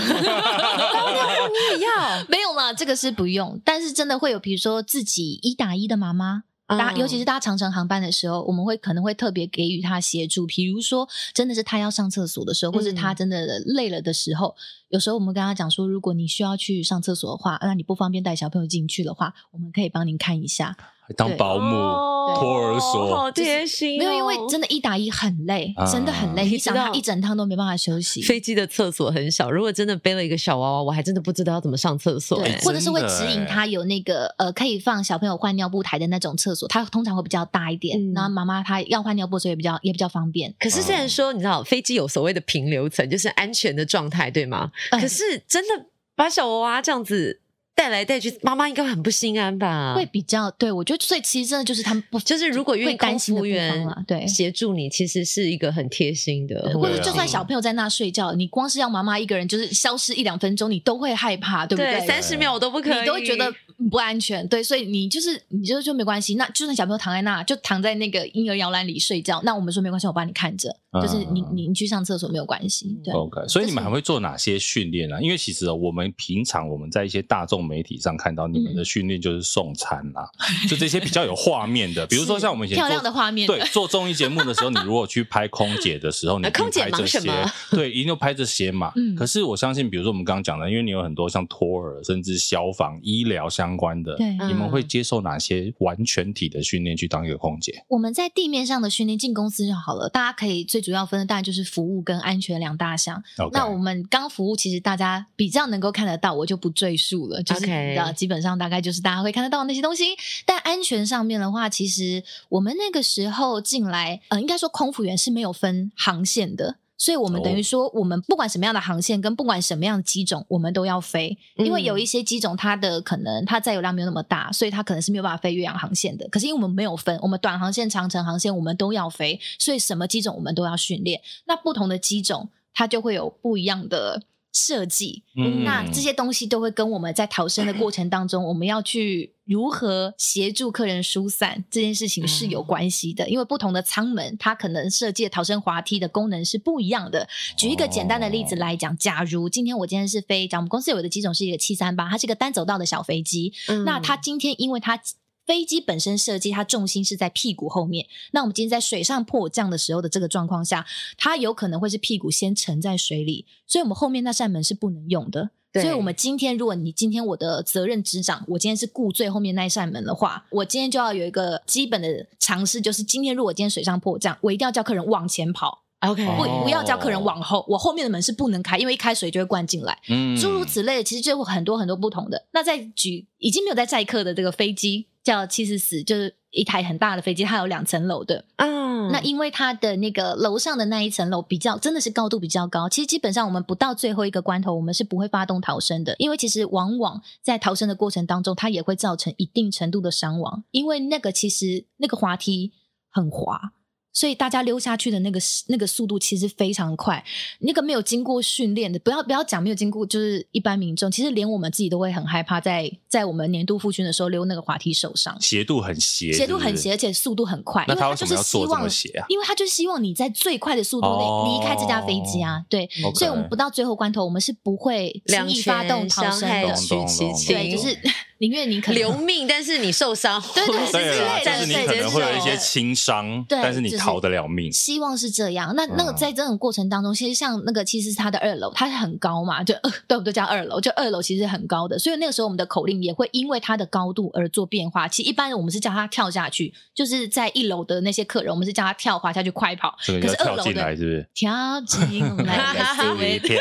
你也要，没有啦，这个是不用。但是真的会有，比如说自己一打一的妈妈，搭，尤其是搭长城航班的时候，我们会可能会特别给予他协助，比如说真的是他要上厕所的时候，或是他真的累了的时候，有时候我们跟他讲说，如果你需要去上厕所的话，那你不方便带小朋友进去的话，我们可以帮您看一下。当保姆，托儿所好贴心哦。没有，因为真的，一打一很累，啊真的很累，你你想知他道一整趟都没办法休息。飞机的厕所很小，如果真的背了一个小娃娃，我还真的不知道要怎么上厕所。对哎，或者是会指真的欸引他有那个呃，可以放小朋友换尿布台的那种厕所，它通常会比较大一点，嗯然后妈妈她要换尿布，所以也比较也比较方便。可是虽然说你知道飞机有所谓的平流层，就是安全的状态，对吗？嗯可是真的把小娃娃这样子带来带去，妈妈应该很不心安啊吧？会比较对我觉得，所以其实真的就是他们不就是如果愿意会担空心服的务地员方啦，对。协助你，其实是一个很贴心的，嗯很或温者馨就算小朋友在那睡觉，你光是让妈妈一个人就是消失一两分钟，你都会害怕，对不对三十秒我都不可以，你都会觉得嗯不安全，对，所以你就是你就就没关系。那就算小朋友躺在那，就躺在那个婴儿摇篮里睡觉，那我们说没关系，我帮你看着，就是你嗯哦你你去上厕所没有关系，对。 OK，所以你们就是还会做哪些训练呢、因为其实、哦、我们平常我们在一些大众媒体上看到你嗯们的训练就是送餐啦、就这些比较有画面的，比如说像我们以前漂做亮的画面，对，做综艺节目的时候，你如果去拍空姐的 时候，你一定空姐拍这忙什些么，对，一定要拍这些嘛。嗯可是我相信，比如说我们刚刚讲的，因为你有很多像托儿，甚至消防、医疗相关的，对你们嗯会接受哪些完全体的训练去当一个空姐？我们在地面上的训练，进公司就好了。大家可以最主要分的当然就是服务跟安全两大项。 OK 那我们刚服务其实大家比较能够看得到，我就不赘述了，就是 OK 你知道基本上大概就是大家会看得到那些东西。但安全上面的话，其实我们那个时候进来，呃，应该说空服员是没有分航线的。所以我们哦等于说，我们不管什么样的航线，跟不管什么样的机种，我们都要飞，因为嗯有一些机种它的可能它载油量没有那么大，所以它可能是没有办法飞越洋航线的。可是因为我们没有分，我们短航线、长程航线我们都要飞，所以什么机种我们都要训练。那不同的机种，它就会有不一样的设计。嗯那这些东西都会跟我们在逃生的过程当中，我们要去如何协助客人疏散这件事情是嗯有关系的，因为不同的舱门，它可能设计的逃生滑梯的功能是不一样的。举一个简单的例哦子来讲，假如今天我今天是飞，讲我们公司有的机种是一个七三八，它是一个单走道的小飞机，嗯那它今天因为它飞机本身设计，它重心是在屁股后面。那我们今天在水上迫降的时候的这个状况下，它有可能会是屁股先沉在水里，所以我们后面那扇门是不能用的。对所以，我们今天，如果你今天我的责任执掌，我今天是顾最后面那一扇门的话，我今天就要有一个基本的尝试，就是今天如果今天水上迫降，我一定要叫客人往前跑， OK，不哦不要叫客人往后，我后面的门是不能开，因为一开水就会灌进来。嗯诸如此类，其实就有很多很多不同的。那再举已经没有在载客的这个飞机叫七十四，就是一台很大的飞机，它有两层楼的。嗯，那因为它的那个楼上的那一层楼比较真的是高度比较高，其实基本上我们不到最后一个关头，我们是不会发动逃生的，因为其实往往在逃生的过程当中，它也会造成一定程度的伤亡，因为那个其实那个滑梯很滑。所以大家溜下去的那个那个速度其实非常快，那个没有经过训练的，不要不要讲没有经过，就是一般民众，其实连我们自己都会很害怕在，在我们年度复训的时候溜那个滑梯受伤。斜度很斜，斜度是不很是斜，。而且速度很快，那因为他他为什就么是要希做这望么，斜啊？因为他就希望你在最快的速度内哦离开这架飞机啊。对， OK 所以我们不到最后关头，我们是不会轻两易发动全逃伤生害的懂。取其懂懂轻，对，就是 宁愿你可能留命，但是你受伤，对对我们对对啦就是之类的你对可对能会有一些对轻伤，对但是你逃得了命。希望是这样。那那个嗯在这种过程当中，其实像那个其实它的二楼，它是很高嘛，就、呃、 对不对？叫二楼，就二楼其实很高的，所以那个时候我们的口令也会因为它的高度而做变化。其实一般我们是叫他跳下去，就是在一楼的那些客人，我们是叫他跳滑下去快跑。这个可要是二跳楼进来的是不是？跳 进 来的思维。跳，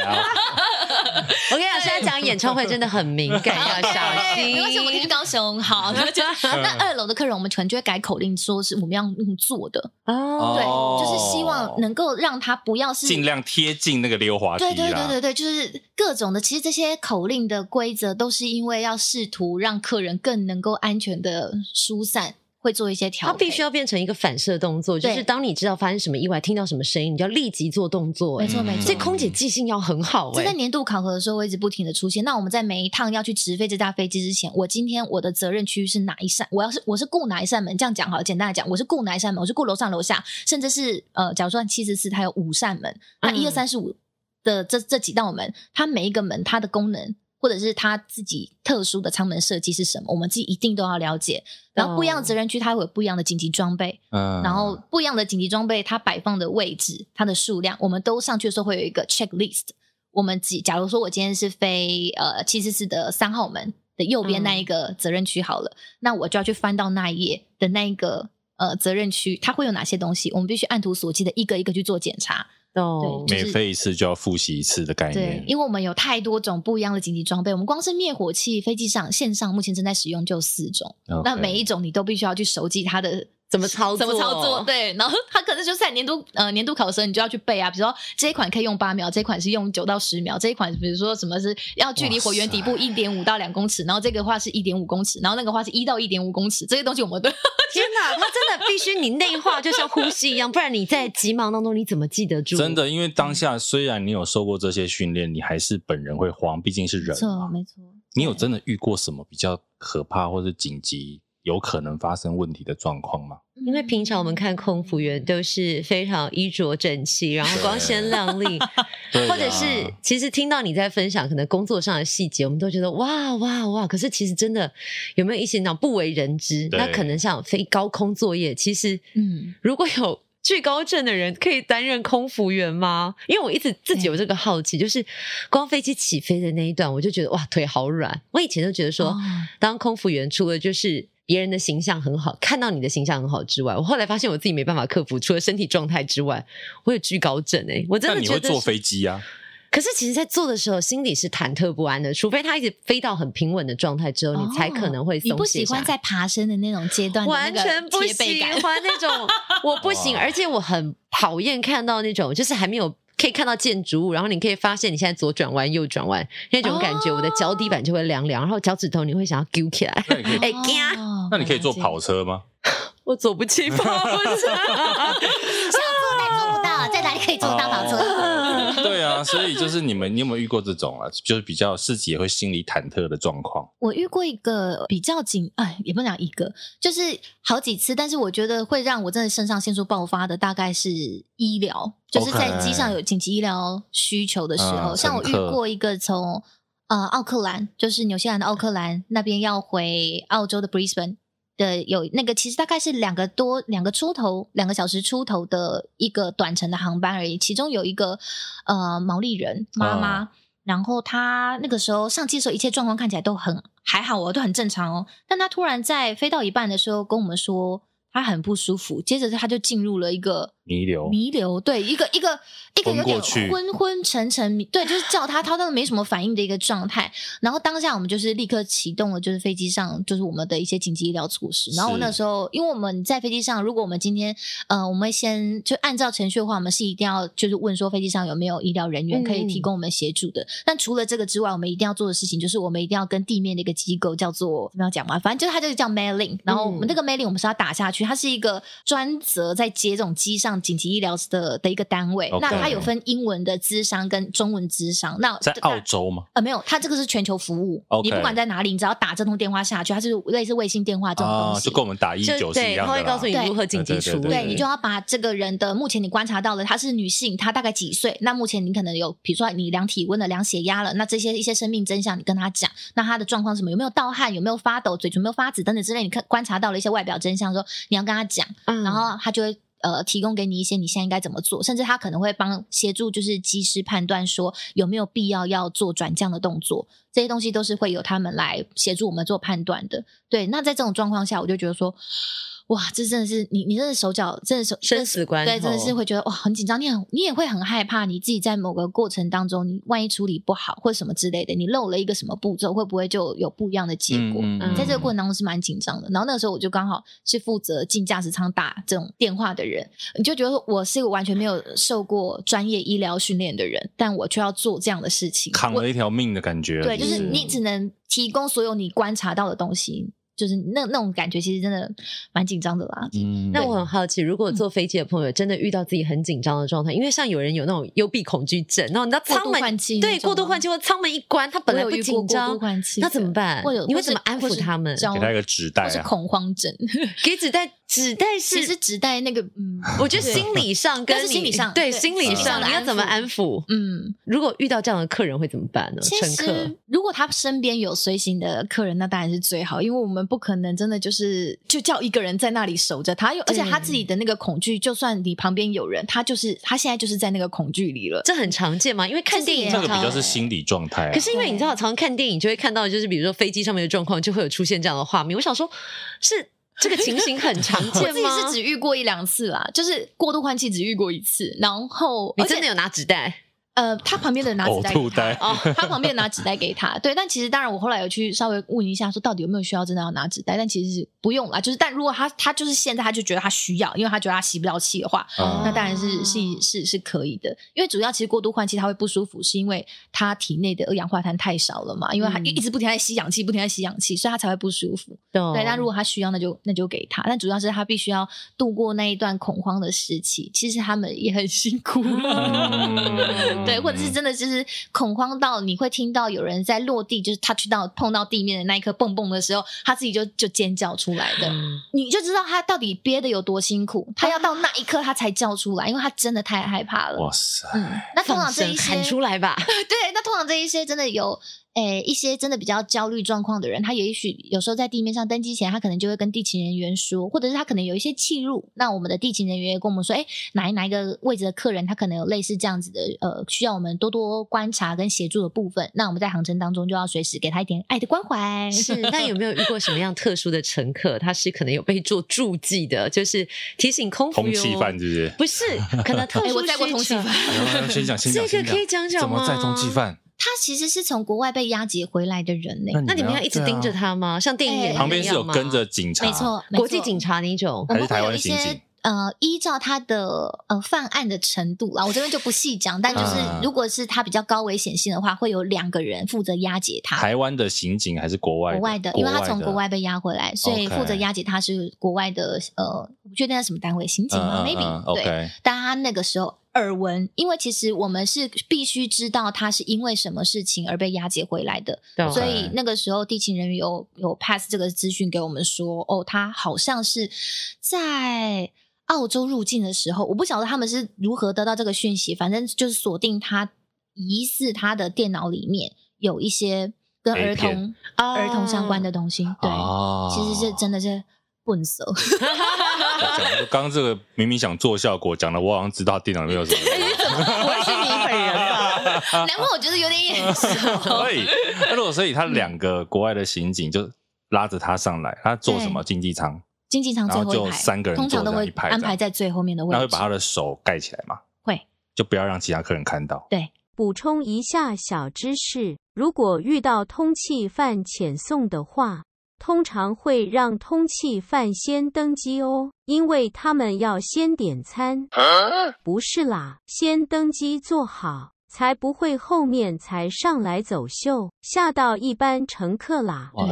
我跟你讲，现在讲演唱会真的很敏感， 要小心。没关系，我可以去高雄。好，那就那二楼的客人，我们全就会改口令，说是我们要用做的，哦，对，哦就是希望能够让他不要是尽量贴近那个溜滑梯对对对啦。对对，就是各种的。其实这些口令的规则都是因为要试图让客人更能够安全的疏散，会做一些调它配。必须要变成一个反射动作，就对是当你知道发生什么意外，听到什么声音，你就要立即做动作。没哎错嗯没错所以。空姐记性要很好这哎在。年度考核的时候，我一直不停的出现。那我们在每一趟要去直飞这架飞机之前，我今天我的责任区域是哪一扇？我要是我是顾哪一扇门？这样讲好了，简单来讲，我是顾哪一扇门？我是顾楼上楼下，甚至是呃，假如说七十四，它有五扇门，那嗯一二三四五的这这几道门，它每一个门它的功能。或者是它自己特殊的舱门设计是什么，我们自己一定都要了解。然后不一样的责任区，它会有不一样的紧急装备，嗯然后不一样的紧急装备，它摆放的位置、它的数量，我们都上去的时候会有一个 checklist。我们几，假如说我今天是飞呃七四四的三号门的右边嗯那一个责任区好了，那我就要去翻到那一页的那一个呃责任区，它会有哪些东西，我们必须按图索骥的一个一个去做检查。哦，对每飞一次就要复习一次的概对念，。因为我们有太多种不一样的紧急装备，我们光是灭火器，飞机上线上目前正在使用就有四种，那 OK 每一种你都必须要去熟记它的怎么操作？怎么 操作？？对，然后他可能就是在年度呃年度考生，你就要去背啊。比如说这一款可以用八秒，这一款是用九到十秒，这一款比如说什么是要距离火源底部一点五到两公尺，然后这个话是一点五公尺，然后那个话是一到一点五公尺，这些东西我们都天哪，它真的必须你内化，就像呼吸一样，不然你在急忙当中你怎么记得住？真，的，因为嗯当下虽然你有受过这些训练，你还是本人会慌，毕竟是人 嘛。没错。你有真的遇过什么比较可怕或者紧急、有可能发生问题的状况吗？因为平常我们看空服员都是非常衣着整齐，然后光鲜亮丽，对啊或者是其实听到你在分享可能工作上的细节，我们都觉得哇哇哇！可是其实真的有没有一些那种不为人知？对那可能像飞高空作业，其实嗯如果有惧高症的人可以担任空服员吗？因为我一直自己有这个好奇，就是光飞机起飞的那一段，我就觉得哇腿好软。我以前就觉得说，哦当空服员除了就是别人的形象很好，看到你的形象很好之外，我后来发现我自己没办法克服，除了身体状态之外，我有惧高症哎、我真但的你觉会得坐是飞机啊？可是其实，在做的时候，心里是忐忑不安的，除非它一直飞到很平稳的状态之后，你才可能会松哦你不懈喜下欢来在爬升的那种阶段的那完个全不贴背喜感欢那 种，我不行，哇而且我很讨厌看到那种，就是还没有。可以看到建筑物，然后你可以发现你现在左转弯、右转弯那种感觉，哦我的脚底板就会凉凉，然后脚趾头你会想要揪起来。那你 可以，哎呀啊哦那你可以坐了解跑车吗？ 我走不起 跑车，想做但做不到，在哪里可以做到跑哦车？对啊，所以就是你们，你有没有遇过这种啊？就是比较自己也会心里忐忑的状况。我遇过一个比较紧，哎，也不能讲一个，就是好几次，但是我觉得会让我真的肾上腺素爆发的，大概是医疗，就是在 OK 机上有紧急医疗需求的时候，啊像我乘遇客过一个从呃奥克兰，就是纽西兰的奥克兰那边要回澳洲的 Brisbane。的有那个，其实大概是两个多、两个出头、两个小时出头的一个短程的航班而已。其中有一个呃毛利人妈妈，然后他那个时候上机的时候，一切状况看起来都很还好哦，都很正常哦。但他突然在飞到一半的时候跟我们说他很不舒服，接着他就进入了一个弥留，弥留，对，一个一个一个昏有点过去昏昏沉沉，对，就是叫他，他都没什么反应的一个状态。然后当下我们就是立刻启动了，就是飞机上就是我们的一些紧急医疗措施。然后是那时候，因为我们在飞机上，如果我们今天呃，我们会先就按照程序的话，我们是一定要就是问说飞机上有没有医疗人员可以嗯提供我们协助的。但除了这个之外，我们一定要做的事情就是我们一定要跟地面的一个机构叫做怎么样讲嘛，反正就是它就是叫 mailing。然后我们嗯这个 mailing 我们是要打下去，它是一个专责在接这种机上紧急医疗的的一个单位。 OK 那它有分英文的资商跟中文资商。那在澳那洲吗？呃，没有，它这个是全球服务 OK 你不管在哪里，你只要打这通电话下去，它是类似卫星电话这种东啊，西，就跟我们打一九就是 对，一样他的会告啦嗯诉。你对如何紧急对对 处理。对对你就要 把这个人的目前你观察到了，她是女性，她大概几岁？那目前你可能有，比如说你量体温了、量血压了，那这些一些生命真相你跟她讲，那她的状况是什么？有没有盗汗？有没有发抖？嘴唇有没有发紫等等之类，你看观察到了一些外表真相之后，你要跟她讲，嗯然后她就会。呃，提供给你一些你现在应该怎么做，甚至她可能会帮协助，就是及时判断说有没有必要要做转降的动作，这些东西都是会由他们来协助我们做判断的。对，那在这种状况下，我就觉得说，哇，这真的是你，你真的手脚真的手生死关头对，真的是会觉得哇很紧张，你很你也会很害怕，你自己在某个过程当中，你万一处理不好或什么之类的，你漏了一个什么步骤，会不会就有不一样的结果？嗯在这个过程当中是蛮紧张的。然后那个时候我就刚好是负责进驾驶舱打这种电话的人，你就觉得我是一个完全没有受过专业医疗训练的人，但我却要做这样的事情，扛了一条命的感觉。对，就是是你只能提供所有你观察到的东西，就是那那种感觉，其实真的蛮紧张的啦。嗯那我很好奇，如果嗯坐飞机的朋友真的遇到自己很紧张的状态，因为像有人有那种幽闭恐惧症，然后你知道过舱度门换气那对种过度吗换气或舱门一关，他本来我不有遇过紧过张度，换气的那怎么办或者你会或是怎么安或抚是他们焦给他一个纸袋或是啊，恐慌症，给纸袋，纸袋是其实只带那个嗯，我觉得对心理上 但跟是你心理上对对心理心理上上的你要安怎么抚安抚？嗯，如果遇到这样的客人会怎么办呢？其乘客实，如果他身边有随行的客人，那当然是最好，因为我们不可能真的就是就叫一个人在那里守着他，因为而对且他自己的那个恐惧，就算你旁边有人，他就是他现在就是在那个恐惧里了。这很常见吗？因为看是电影也这常个比常较是心理状态啊。可是因为你知道，常常看电影就会看到，就是比如说飞机上面的状况，就会有出现这样的画面。我想说，是这个情形很常我见自己吗是？只遇过一两次啦，就是过度换气只遇过一次，然后你而且真的有拿纸袋？呃，他旁边的人拿纸袋呕给吐他袋哦，他旁边拿纸袋给他，对。但其实当然，我后来有去稍微问一下，说到底有没有需要真的要拿纸袋，但其实是不用啦。就是，但如果他他就是现在他就觉得他需要，因为他觉得他吸不了气的话，啊那当然是是是是可以的。因为主要其实过度换气他会不舒服，是因为他体内的二氧化碳太少了嘛，因为他嗯一直不停地在吸氧气，不停地在吸氧气，所以他才会不舒服。对，对那如果他需要，那就那就给他。但主要是他必须要度过那一段恐慌的时期，其实他们也很辛苦嗯对，或者是真的就是恐慌到你会听到有人在落地，就是他去到碰到地面的那一刻蹦蹦的时候，他自己就就尖叫出来的，嗯你就知道他到底憋的有多辛苦。他要到那一刻他才叫出来，因为他真的太害怕了。哇塞，嗯，那通放常这声一些喊出来吧，对，那通常这一些真的有诶、一些真的比较焦虑状况的人，他也许有时候在地面上登机前，他可能就会跟地勤人员说，或者是他可能有一些气入，那我们的地勤人员也跟我们说，诶、哪一哪一个位置的客人，他可能有类似这样子的呃，需要我们多多观察跟协助的部分，那我们在航程当中就要随时给他一点爱的关 怀。是，但有没有遇过什么样特殊的乘客，他是可能有被做注记的，就是提醒空服通员哦缉犯是不 是？不是，可 能特诶殊哎我载过需通缉求犯，先讲先这讲，个可以讲讲怎吗？么在通缉？犯？他其实是从国外被押解回来的人呢、那你们要一直盯着对啊他吗？像电影演哎员旁边是有一样吗跟着警察，没错，没国际错嗯警察那种还我是们会台有湾一刑些警呃，依照他的呃犯案的程度啦，我这边就不细讲，但就是啊如果是他比较高危险性的话，会有两个人负责押解他。台湾的刑警还是国外啊国外的，因为他从国外的被押回来，所以 OK 负责押解他是国外的呃，我不确定他什么单位，刑警吗嗯嗯嗯？maybe 对。 OK，但他那个时候耳闻，因为其实我们是必须知道他是因为什么事情而被押解回来的，懂所以那个时候地勤人员有有 pass 这个资讯给我们说，哦，他好像是在澳洲入境的时候，我不晓得他们是如何得到这个讯息，反正就是锁定他疑似他的电脑里面有一些跟 A 儿片童哦儿童相关的东西，对，哦其实 是真的是笨手，讲得刚刚这个明明想做效果，讲的我好像知道电脑里面有什么。 不会是你本人吧？啊难怪我觉得有点眼 熟。所以，那如果所以他两个国外的刑警就拉着他上来，他坐什么经济舱，经济舱最然后后一就排，三个人通常坐都这样会一排安这样排在最后面的位那置，会把他的手盖起来嘛？会，就不要让其他客人看到。补充一下小知识：如果遇到通缉犯遣送的话，通常会让通缉犯先登机哦，因为他们要先点餐。不是啦，先登机坐好，才不会后面才上来走秀，吓到一般乘客啦。哇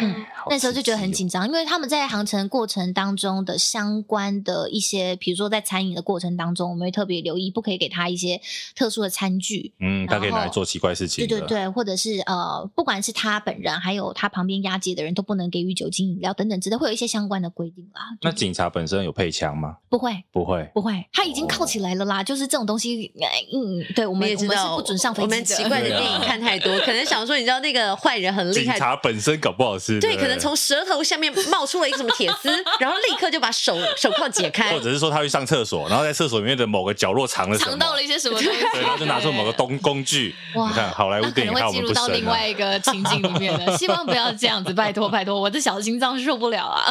嗯好那时候就觉得很刺激哦紧张，因为他们在航程过程当中的相关的一些，比如说在餐饮的过程当中，我们会特别留意，不可以给他一些特殊的餐具。哦。嗯，他可以拿来然后做奇怪事情对的。对对，或者是呃，不管是他本人，还有他旁边押解的人，都不能给予酒精饮料等等之类，会有一些相关的规定啦。那警察本身有配枪吗？不会，不会。不会，他已经铐哦起来了啦。就是这种东西，哎嗯，对我我们们也我知们是道，不准上飞我机的。们奇怪的对啊电影看太多，可能想说，你知道那个坏人很厉警害，察本身搞不好是对，不可能从舌头下面冒出了一个什么铁 丝，然后立刻就把手手铐解开或。者是说他去上厕所，然后在厕所里面的某个角落藏了什么，尝到了一些什么东西，对，然后啊就拿出 某个东工具。哇你看好莱坞那可电能影，会害我进们不入到另深啊外。一个情境里面 了。希望不要这样子，拜托拜托，我的小心脏受不了啊！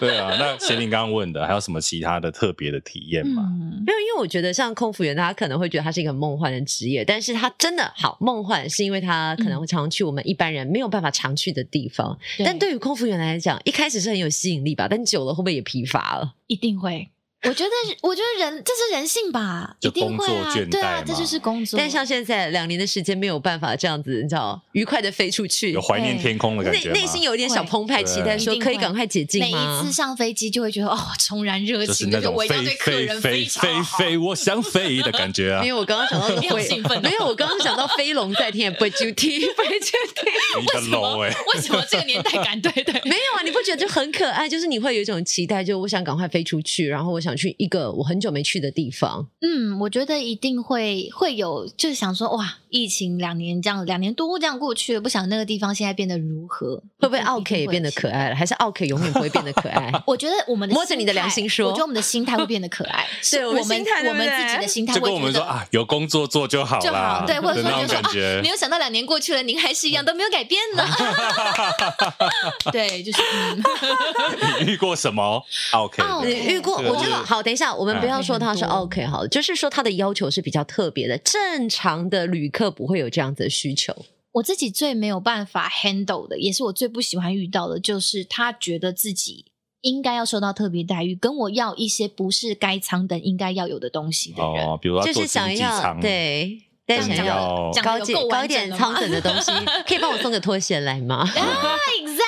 对啊，那贤玲刚刚问的，还有什么其他的特别的体验吗？嗯，没有，因为我觉得像空服员，大家可能会觉得他是一个很梦幻的职业，但是他真的好梦幻，是因为他可能会常去我们一般人没有办法常去的地方。但对于空服员来讲，一开始是很有吸引力吧，但久了会不会也疲乏了？一定会。我觉得，我觉得人这是人性吧，就一定会工啊作倦怠，对啊，嘛这就是工作。但像现在两年的时间没有办法这样子，你知道，愉快的飞出去嗯有，怀念天空的感内觉吗？内心有一点小澎湃，会期待说对可以赶快解禁每一吗次？上飞机就会觉得哦，重燃热就是情，那就觉得种我一定要飞对客飞人飞飞非常好。 飞，我想飞的感觉啊没！有，我刚刚想到你是好飞兴奋哦，没有，我刚刚想到飞龙在天也不会 j u t 不会 j u t 你的楼哎，为什么这个年代感？对对， 没有啊，你不觉得就很可爱？就是你会有一种期待，就我想赶快飞出去，然后我想去一个我很久没去的地方。嗯，我觉得一定会会有，就是想说哇，疫情两年这样，两年多这样过去了，不晓得那个地方现在变得如何，会不会一定奥 K 也变得？一定会可爱了？还是奥 K 永远不会变得可 爱？我觉得我们的摸着你的良心说我觉得我们的心态会变得可 爱，是我我们们心态对我不们对自己的心态就会跟我们觉说得啊，有工作做就好就啦，好，对，或者的说那就种说感觉啊， 没。有想到两年过去了，您还是一样都没有改变呢。 对，就是嗯，你遇过什么？OK，啊哦你的遇过？对我觉就得是好。等一下，我们不要说他是嗯 OK 好了，就是说他的要求是比较特别的，正常的旅客不会有这样子的需求。我自己最没有办法 handle 的，也是我最不喜欢遇到的，就是他觉得自己应该要受到特别待遇，跟我要一些不是该舱等应该要有的东西的 人。哦，比如说就要做是想经济要舱，对，但想想要要讲得高有阶够高一完整点了吗 舱等的东西，可以帮我送个拖鞋来吗？啊，exactly，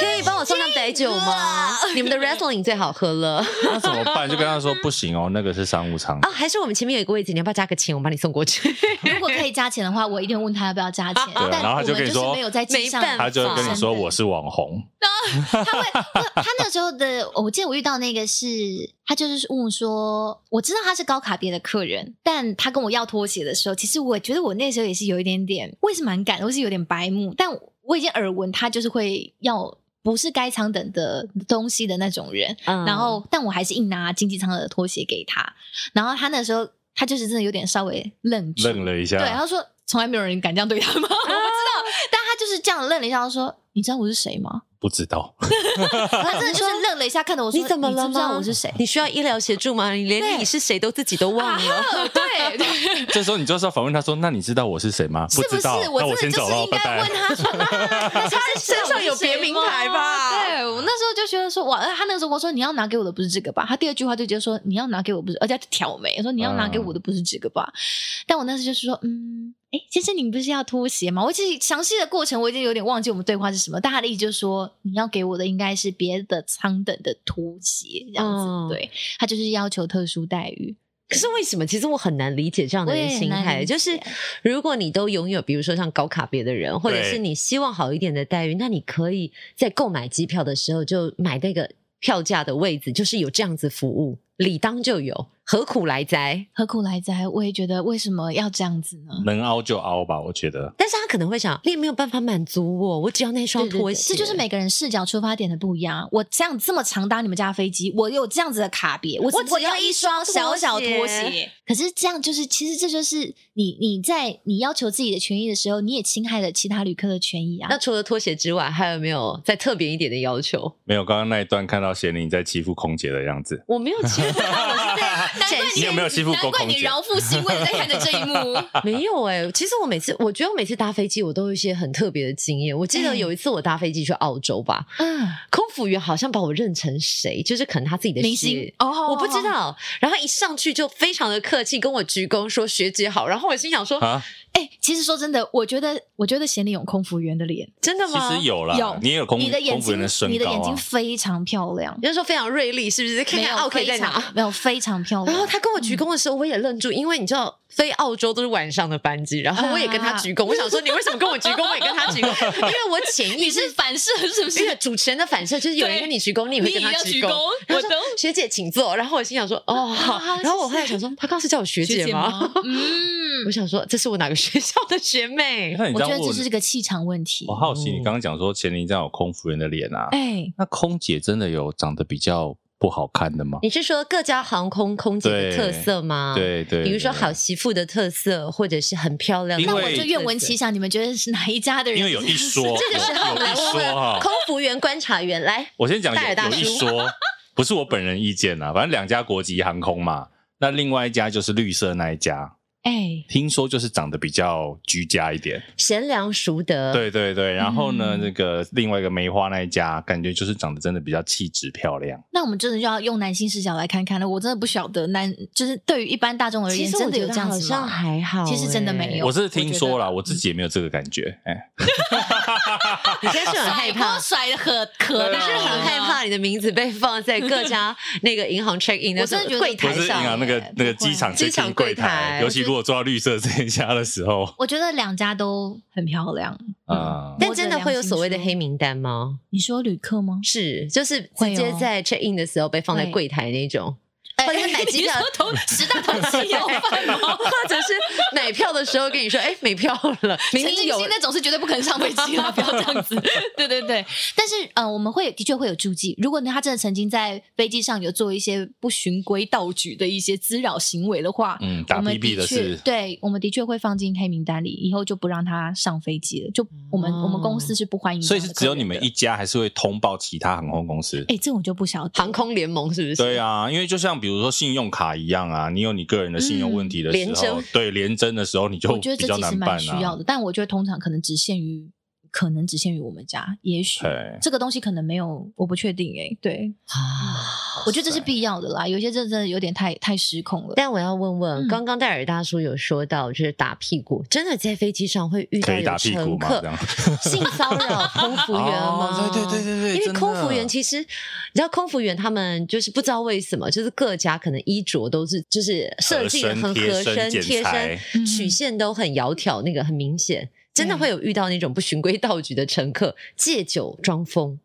可以帮我送上白酒吗？你们的 wrestling 最好喝了那怎么办？就跟他说不行哦，那个是商务舱。啊！还是我们前面有一个位置，你要不要加个钱，我把你送过去？如果可以加钱的话，我一定会问他要不要 加钱。啊但然后他就我跟们你就是说没有在机上，没办法他就会跟你说我是网红，他会，他那时候的，我记得我遇到那个是，他就是问我说，我知道他是高卡别的客人，但他跟我要拖鞋的时候，其实我觉得我那时候也是有一点点，我也是蛮赶，我是有点白目，但我已经耳闻他就是会要。不是该舱等的东西的那种人，嗯然后但我还是硬拿经济舱的拖鞋给他，然后他那时候他就是真的有点稍微愣住，愣了一对，下，他说从来没有人敢这样对他吗？ 我不知道，但他就是这样愣了一下，他说：“你知道我是谁吗不知道。？” 他真的就是愣了一下，看着我说：“你怎么知了不知道吗我是谁你需要医疗协助吗？你对连你是谁都自己都？”忘 啊了。哈，对，对这时候你就是要反问他说：“那你知道我是谁吗？”是不知道，是？那我真先的就走是了，应拜该问拜。他 说：“啊他身上有别名牌吧对我那时候就觉得说，哇，他那个时候我说你要拿给我的不是这个吧？他第二句话就直接说你要拿给我不是，而且他挑眉说你要拿给我的不是这个吧？但我那时就是说，嗯，哎，先生，你不是要拖鞋吗？我其实详细的过程我已经有点忘记我们对话是什么，但他的意思就是说你要给我的应该是别的舱等的拖鞋这样子，嗯对他就是要求特殊待遇。可是为什么？其实我很难理解这样的我也人很心难态，理解就是如果你都拥有，比如说像高卡别的人，或者对是你希望好一点的待遇，那你可以在购买机票的时候就买那个票价的位置，就是有这样子服务，理当就有，何苦来哉？何苦来哉？我也觉得为什么要这样子呢？能凹就凹吧，我觉得。但是他可能会想，你也没有办法满足我，我只要那双对对拖对鞋。这就是每个人视角出发点的不一样。啊我这样这么常搭你们家飞机，我有这样子的卡别，我我只只要要一一双双小拖小拖鞋鞋。可是这样就是，其实这就是你你在你要求自己的权益的时候，你也侵害了其他旅客的权益啊那。除了拖鞋之外，还有没有再特别一点的要求？没有，刚刚那一段看到贤玲在欺负空姐的样子，我没有欺负他，我是在展你现有没有欺负过空姐？腹欣慰的在看着这一 幕。没有哎、其实我每次，我觉得我每次搭飞机，我都有一些很特别的经验。我记得哎有一次我搭飞机去澳洲吧，嗯，空服员好像把我认成谁，就是可能他自己的明学星哦我不知道。然后一上去就非常的客气，跟我鞠躬说学姐好。然后我心想说，啊，哎、其实说真的，我觉得我觉得贤里有空服员的脸，真的其吗？实有啦，哦有你也有空你的眼空服睛员身你的高眼啊睛。非常漂 亮。人家说非常锐利，是不是？看没看有 OK 在非常嗯哪？没有非常漂 亮。然后他跟我鞠躬的时候，我也愣住，因为你知道飞澳洲都是晚上的班机，然后我也跟嗯他鞠躬。我想说，你为什么跟我鞠躬？我也跟他鞠躬， 因为我潜意识反射 是不因为主持人的反射就是有人跟你鞠躬，你也会跟他你也鞠要鞠躬躬。然后我说懂学姐请坐。然后我心想说哦好好，然后我谢谢后来想说他刚刚是叫我 学姐吗？？嗯 我，想说这是我哪个学校的学妹？哎那你我这觉样得问这是个气场问题我。好奇，你刚刚讲说贤玲这样有空服员的脸啊，哎，那空姐真的有长得比较不好看的哎吗？你是说各家航空空姐对的特色吗？。对对，比如说对好，媳妇的特色，或者是很漂亮的特那色。因我为就愿闻其详，你们觉得是哪一家的人？因为有一 说，这个时候，有我们来一问说啊哈问，空服员观察员来。我先讲戴尔大有有一叔说，不是我本人意见啊啦，反正两家国籍航空嘛，那另外一家就是绿色那一家，哎，听说就是长得比较居家一点。贤良淑德，对对对，然后呢，嗯那个另外一个梅花那一家，感觉就是长得真的比较气质漂亮。那我们真的就要用男性视角来看看了。我真的不晓得男，就是对于一般大众而其言，实真我的觉有得这样好子像吗？还好欸，其实真的没有我是听说啦，我觉得我自己也没有这个感觉。哎，你现在是很害怕，甩的可可你啊大是了很害怕你的名字被放在各家那个银行 check in 的我真的觉得柜不台是银上，行那不个会那个机场机场 check-in 柜柜台台，尤其如果做到绿色这一家的时候，我觉得两家都很漂亮。啊，但真的会有所谓的黑名单吗？你说旅客吗？是，就是会直接哦在 check in 的时候被放在会柜台那种， 哎或者是买机票 你说同十大同期有饭吗？或者是买票的时候跟你说，哎，没票了，明陈明进有兴那种是绝对不可能上飞机 了，不要这样子。对对对，但是呃，我们会的确会有注记。如果他真的曾经在飞机上有做一些不循规蹈矩的一些滋扰行为的话，嗯，打我们 BB 的确是对我们的确会放进黑名单里，以后就不让他上飞机了。就我们、我们公司是不欢迎这所以样是的客人的，只有你们一家，还是会通报其他航空公司？哎、这我就不晓得航空联盟，是不是？对。啊，因为就像比如说信用卡一样啊，你有你个人的信用问题的嗯时候，连征对连征的时候，你就我觉得比这较其实难办蛮需要啊。的，但我觉得通常可能只限于可能只限于我们家，也许对这个东西可能没有，我不确定哎、对，啊我觉得这是必要的啦，有些真的有点太太失控了。但我要问问，嗯刚刚戴尔大叔有说到，就是打屁股，真的在飞机上会遇到可以打有屁股乘吗？客这样性骚扰空服员哦吗？对对对对对因为真的空服员其实，你知道空服员他们就是不知道为什么，就是各家可能衣着都是就是设计得很合合身贴身身贴剪裁身，曲线都很窈窕，那个很明显。真的对会有遇到那种不循规蹈矩的乘客，借酒装疯。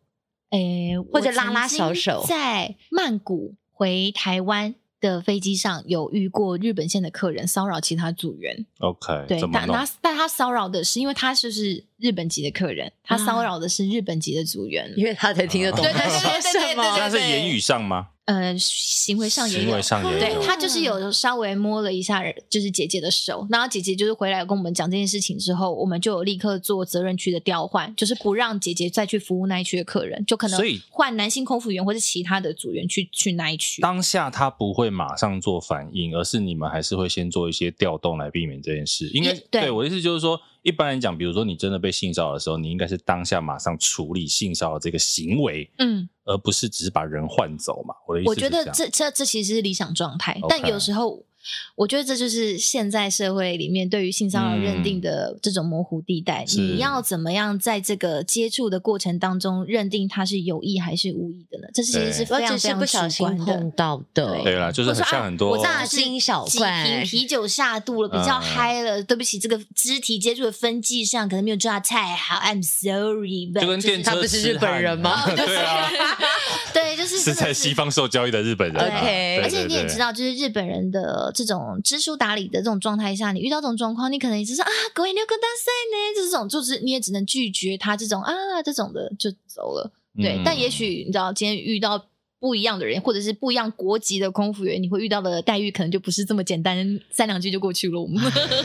诶，或我者拉拉曾小经手在曼谷回台湾的飞机上有遇过日本线的客人骚扰其他组员， ，OK，对怎，么但弄？他但他骚扰的是，因为他就是日本籍的客人，他啊骚扰的是日本籍的组员，因为他才听得懂对对他对说对对什对对么。那是言语上吗？呃，行为上也有，行为上也对有。他就是有稍微摸了一下，就是姐姐的手，然后姐姐就是回来跟我们讲这件事情之后，我们就有立刻做责任区的调换，就是不让姐姐再去服务那一区的客人，就可能所以换男性空服员或者其他的组员去去那一区。当下他不会马上做反应，而是你们还是会先做一些调动来避免这件事。应该也对我的意思就是说，一般来讲，比如说你真的被性骚扰的时候，你应该是当下马上处理性骚扰这个行为，嗯，而不是只是把人换走嘛。我的意思我是这觉样，得这这这其实是理想状态 OK 但有时候我觉得这就是现在社会里面对于性骚扰认定的这种模糊地嗯带。是你要怎么样在这个接触的过程当中认定他是有意还是无意的呢？这其实是我非只常非是常不小主心观的碰。到的，对啦，就是我说很像啊很多我大惊小几怪瓶啤酒下肚了，比较嗯嗨了。对不起，这个肢体接触的分际上可能没有抓得太好，I'm sorry。就跟电车他不是痴日本汉人吗 对啊，对， 就是是真的在西方受教育的日本人啊。 OK 对而且你也知，对对道，就是日本人的这种知书达理的这种状态下，你遇到这种状况，你可能也只是啊，各位留个大赛呢，就是这种，就是你也只能拒绝他这种啊这种的就走了。对，嗯但也许你知道，今天遇到不一样的人，或者是不一样国籍的空服员，你会遇到的待遇可能就不是这么简单，三两句就过去了。我们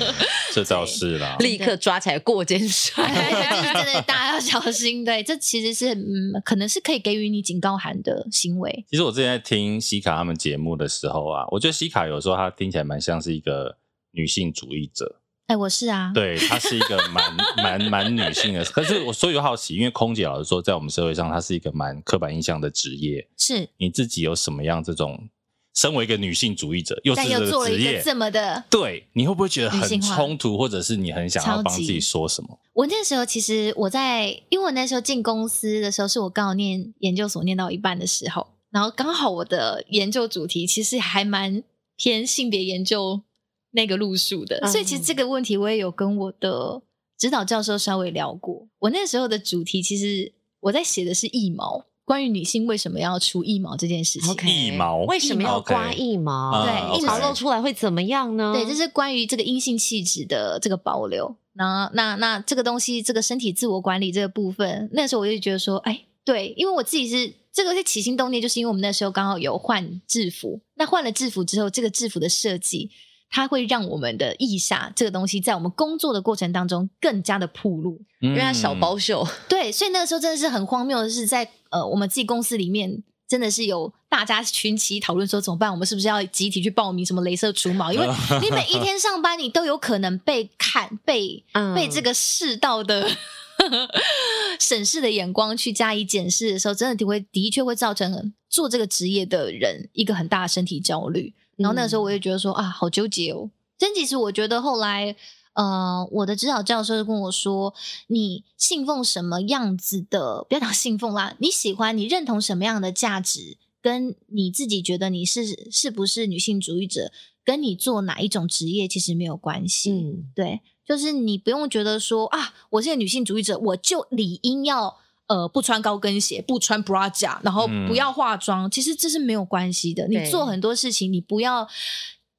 这倒是啦。立刻抓起来过肩摔。 就是真的，大家要小心。对，这其实是嗯，可能是可以给予你警告函的行为。其实我之前在听西卡他们节目的时候啊，我觉得西卡有时候她听起来蛮像是一个女性主义者，哎，我是啊，对，她是一个 蛮蛮蛮女性的。可是我所以我好奇，因为空姐老实说，在我们社会上，她是一个蛮刻板印象的职业。是，你自己有什么样这种？身为一个女性主义者，又是但这又做个了职一个业，这么的对你会不会觉得女很性化冲突，或者是你很想要超帮自级己说什么？我那时候其实我在，因为我那时候进公司的时候，是我刚好念研究所念到一半的时候，然后刚好我的研究主题其实还蛮偏性别研究那个路数的，嗯所以其实这个问题我也有跟我的指导教授稍微聊过。我那时候的主题其实我在写的是腋毛，关于女性为什么要除腋毛这件事情。腋毛为什么要刮腋腋毛毛？对腋毛露出来会怎么样呢？对，这是关于这个阴性气质的这个保留。那那那这个东西，这个身体自我管理这个部分，那时候我就觉得说，哎，对，因为我自己是这个是起心动念，就是因为我们那时候刚好有换制服，那换了制服之后，这个制服的设计，它会让我们的腋下这个东西在我们工作的过程当中更加的铺露。因因为它小嗯包袖，对，所以那个时候真的是很荒谬的是在，呃我们自己公司里面。真的是有大家群起讨论说怎么办？我们是不是要集体去报名什么镭射除毛？因为你每一天上班，你都有可能被看、被嗯被这个世道的 审视的眼光去加以检视的时候，真的就会的确会造成做这个职业的人一个很大的身体焦虑。然后那个时候我嗯也觉得说啊，好纠结哦。但其实我觉得后来，呃，我的指导教授就跟我说，你信奉什么样子的，不要讲信奉啦，你喜欢、你认同什么样的价值，跟你自己觉得你是是不是女性主义者，跟你做哪一种职业其实没有关系。嗯，对，就是你不用觉得说啊，我是个女性主义者，我就理应要呃不穿高跟鞋，不穿 bra 夹，然后嗯不要化妆。其实这是没有关系的，对你做很多事情，你不要。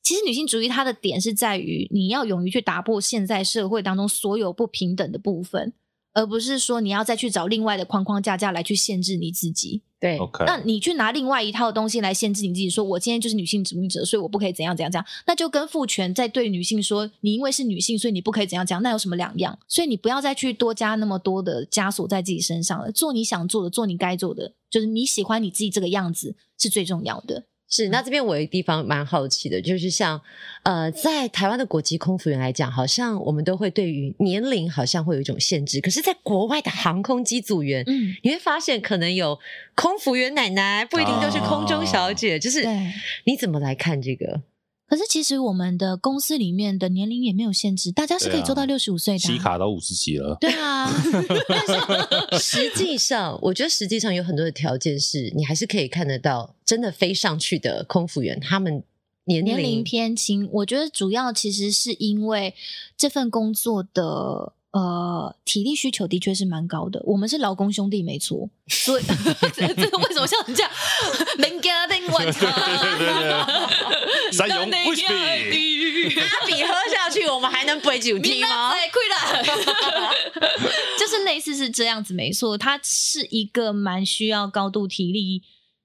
其实女性主义它的点是在于你要勇于去打破现在社会当中所有不平等的部分，而不是说你要再去找另外的框框架架来去限制你自己。对 OK，那你去拿另外一套东西来限制你自己说，我今天就是女性主义者，所以我不可以怎样怎样怎样，那就跟父权在对女性说，你因为是女性，所以你不可以怎样怎样，那有什么两样？所以你不要再去多加那么多的枷锁在自己身上了，做你想做的，做你该做的，就是你喜欢你自己这个样子是最重要的。是，那这边我有一个地方蛮好奇的，就是像呃，在台湾的国籍空服员来讲，好像我们都会对于年龄好像会有一种限制，可是，在国外的航空机组员，嗯，你会发现可能有空服员奶奶，不一定都是空中小姐，就是对你怎么来看这个？可是其实我们的公司里面的年龄也没有限制，大家是可以做对到啊六十五岁的、啊西。卡到五十级了，对啊，实际上，我觉得实际上有很多的条件是你还是可以看得到，真的飞上去的空服员，他们年龄 年龄偏轻，我觉得主要其实是因为这份工作的呃体力需求的确是蛮高的。我们是劳工兄弟没错，所以这这个为什么像你这样能干能晚餐？三勇 w i s 阿比喝下去，我们还能背酒你精那吗？嘴亏了，就是类似是这样子，没错，它是一个蛮需要高度体力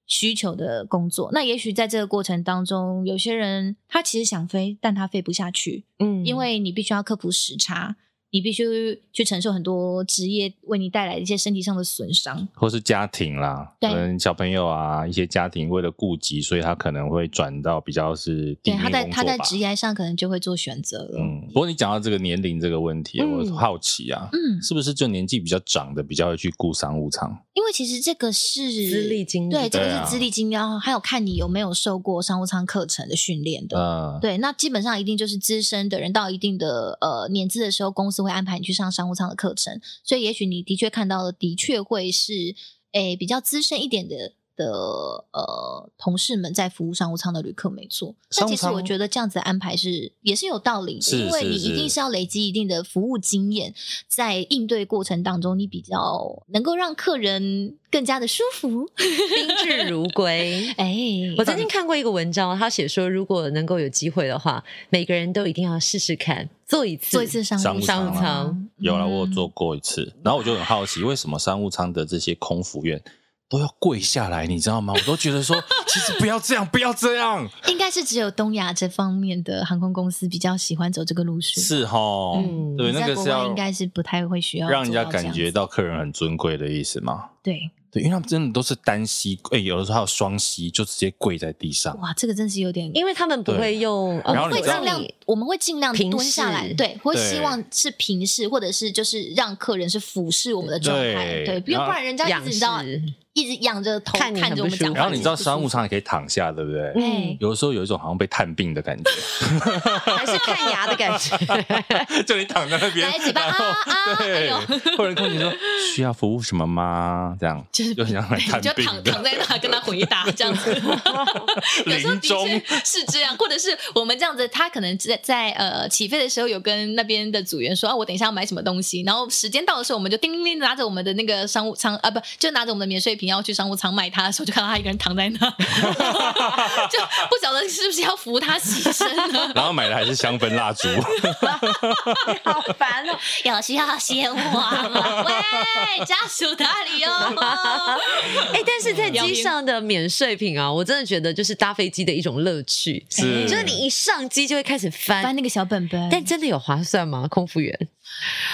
需求的工作。那也许在这个过程当中，有些人他其实想飞，但他飞不下去， 嗯因为你必须要克服时差，你必须去承受很多职业为你带来的一些身体上的损伤。或是家庭啦，对可能小朋友啊，一些家庭为了顾及，所以他可能会转到比较是地对，面他在工他作在吧职业上可能就会做选择了。嗯，不过你讲到这个年龄这个问题，嗯我好奇啊，嗯是不是就年纪比较长的比较会去顾商务舱？因为其实这个是资历经历对，这对个啊是资历经验，然后还有看你有没有受过商务舱课程的训练的。嗯，对，那基本上一定就是资深的人到一定的呃年资的时候，公司会安排你去上商务舱的课程，所以也许你的确看到的的确会是诶比较资深一点的的呃同事们在服务商务舱的旅客，没错。但商务其实我舱觉得这样子的安排是也是有道理的，是因为是你一定是是要累积一定的服务经验，在应对过程当中，你比较能够让客人更加的舒 服。。宾至如 归哎，我曾经看过一个文章，他写说，如果能够有机会的话，每个人都一定要试试看，做一次，做一次商商务务啊商务舱有啦，我有嗯做过一次，然后我就很好奇，为什么商务舱的这些空服员都要跪下来，你知道吗？我都觉得说，其实不要这样，不要这样， 应该是只有东亚这方面的航空公司比较喜欢走这个路线，是哈，嗯对，在那个国是外要应该是不太会需要让人家做到这感样觉子到客人很尊贵的意思嘛。对。对，因为他们真的都是单膝，哎、有的时候还有双膝，就直接跪在地上。哇，这个真是有点，因为他们不会用，呃我然们后会你知道尽量，我们会尽量平蹲下来，视对，会希对望是平视，或者是就是让客人是俯视我们的状态，对对，不要然后不然人家一直仰你知道视，一直仰着头看你很着我们不舒讲服话，然后你知道商务舱，舱也可以躺下，对不对？哎，有的时候有一种好像被探病的感 觉，还是看牙的感 觉。就你躺在那边来几，把然后啊啊，哎对呦，，或者空 姐说需要服务什么吗？这样就是就很像来 你探就病躺躺的，在那跟他回答这样子， 有时候临的确终是这样，或者是我们这样子，他可能在在呃起飞的时候有跟那边的组员说啊，我等一下要买什么东西，然后时间到的时候，我们就叮叮叮拿着我们的那个商务舱啊，不就拿着我们的免税品要去商务舱卖它的时候，就看到他一个人躺在那， 就不晓得是不是要扶他起身呢？然后买的还是香氛蜡 烛， 好烦哦！有需要鲜花吗？喂，家属哪里哦？ 哎，但是在机上的免税品啊，我真的觉得就是搭飞机的一种乐趣，是就是你一上机就会开始嗯翻翻。那个小本本，但真的有划算吗？空服员，